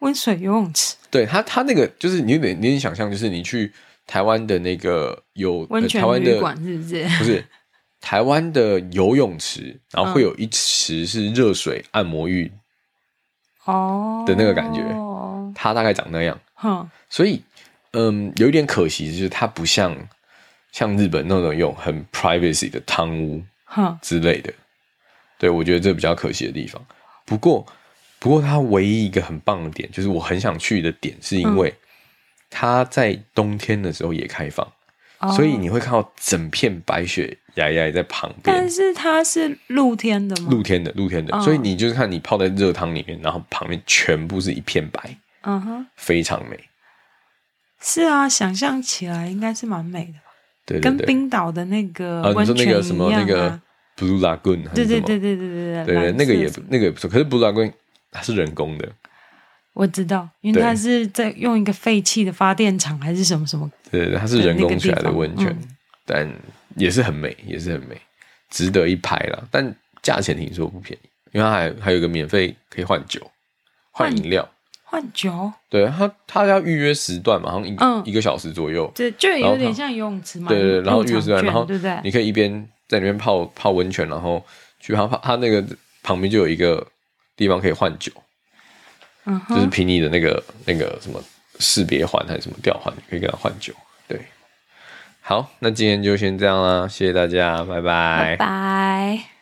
[SPEAKER 2] 温水游泳池，
[SPEAKER 1] 对它，它那个就是你有点，你有点想象，就是你去台湾的那个有
[SPEAKER 2] 温
[SPEAKER 1] 呃
[SPEAKER 2] 泉
[SPEAKER 1] 台湾
[SPEAKER 2] 旅
[SPEAKER 1] 的
[SPEAKER 2] 馆是不是？
[SPEAKER 1] 不是台湾的游泳池，然
[SPEAKER 2] 嗯
[SPEAKER 1] 后会有一池是热水按摩浴，
[SPEAKER 2] 哦
[SPEAKER 1] 的那个感觉
[SPEAKER 2] 哦，
[SPEAKER 1] 它大概长那样。
[SPEAKER 2] 哼，
[SPEAKER 1] 所以，嗯，有一点可惜，就是它不像像日本那种有很 privacy 的汤屋
[SPEAKER 2] 哼，
[SPEAKER 1] 之类的。对我觉得这比较可惜的地方。不过，不过它唯一一个很棒的点，就是我很想去的点，是
[SPEAKER 2] 嗯
[SPEAKER 1] 因为它在冬天的时候也开放，
[SPEAKER 2] 哦
[SPEAKER 1] 所以你会看到整片白雪皑皑在旁边
[SPEAKER 2] 但。是它是露天的吗？
[SPEAKER 1] 露天的，露天的，
[SPEAKER 2] 嗯
[SPEAKER 1] 所以你就是看你泡在热汤里面，然后旁边全部是一片白，
[SPEAKER 2] 嗯哼，
[SPEAKER 1] 非常美。
[SPEAKER 2] 是啊，想象起来应该是蛮美的吧，
[SPEAKER 1] 对对
[SPEAKER 2] 跟
[SPEAKER 1] 对，
[SPEAKER 2] 冰岛的那个
[SPEAKER 1] 啊，你
[SPEAKER 2] 温
[SPEAKER 1] 说
[SPEAKER 2] 泉一
[SPEAKER 1] 那
[SPEAKER 2] 样
[SPEAKER 1] 个什么那个 Blue Lagoon 还
[SPEAKER 2] 对
[SPEAKER 1] 是什
[SPEAKER 2] 对
[SPEAKER 1] 么？
[SPEAKER 2] 对对对
[SPEAKER 1] 对
[SPEAKER 2] 对
[SPEAKER 1] 对，那个也
[SPEAKER 2] 蓝色
[SPEAKER 1] 不那个也不错。可是 Blue Lagoon 它是人工的，
[SPEAKER 2] 我知道，因
[SPEAKER 1] 对
[SPEAKER 2] 为它是在用一个废弃的发电厂还是什么什么，
[SPEAKER 1] 对，它是人
[SPEAKER 2] 那
[SPEAKER 1] 工
[SPEAKER 2] 个
[SPEAKER 1] 起来
[SPEAKER 2] 地
[SPEAKER 1] 的
[SPEAKER 2] 方
[SPEAKER 1] 温泉，
[SPEAKER 2] 嗯
[SPEAKER 1] 但也是很美，也是很美，值得一拍啦。但价钱听说不便宜，因为它还还有一个免费可以换酒、换
[SPEAKER 2] 换
[SPEAKER 1] 饮料。
[SPEAKER 2] 换酒，
[SPEAKER 1] 对，它它要预约时段嘛，好像一、
[SPEAKER 2] 嗯
[SPEAKER 1] 一个小时左右。
[SPEAKER 2] 这就
[SPEAKER 1] 然后
[SPEAKER 2] 有点
[SPEAKER 1] 它
[SPEAKER 2] 像游泳池嘛，
[SPEAKER 1] 对对，对然后
[SPEAKER 2] 入
[SPEAKER 1] 预约
[SPEAKER 2] 场
[SPEAKER 1] 时段，
[SPEAKER 2] 券
[SPEAKER 1] 然后
[SPEAKER 2] 对不对？
[SPEAKER 1] 你可以一边在里面泡泡温泉，然后去它它那个旁边就有一个地方可以换酒，
[SPEAKER 2] 嗯
[SPEAKER 1] 就是
[SPEAKER 2] 哼，
[SPEAKER 1] 凭你的那个那个什么识别环还是什么吊环，你可以跟他换酒。对，好，那今天就先这样啦，谢谢大家，拜
[SPEAKER 2] 拜拜。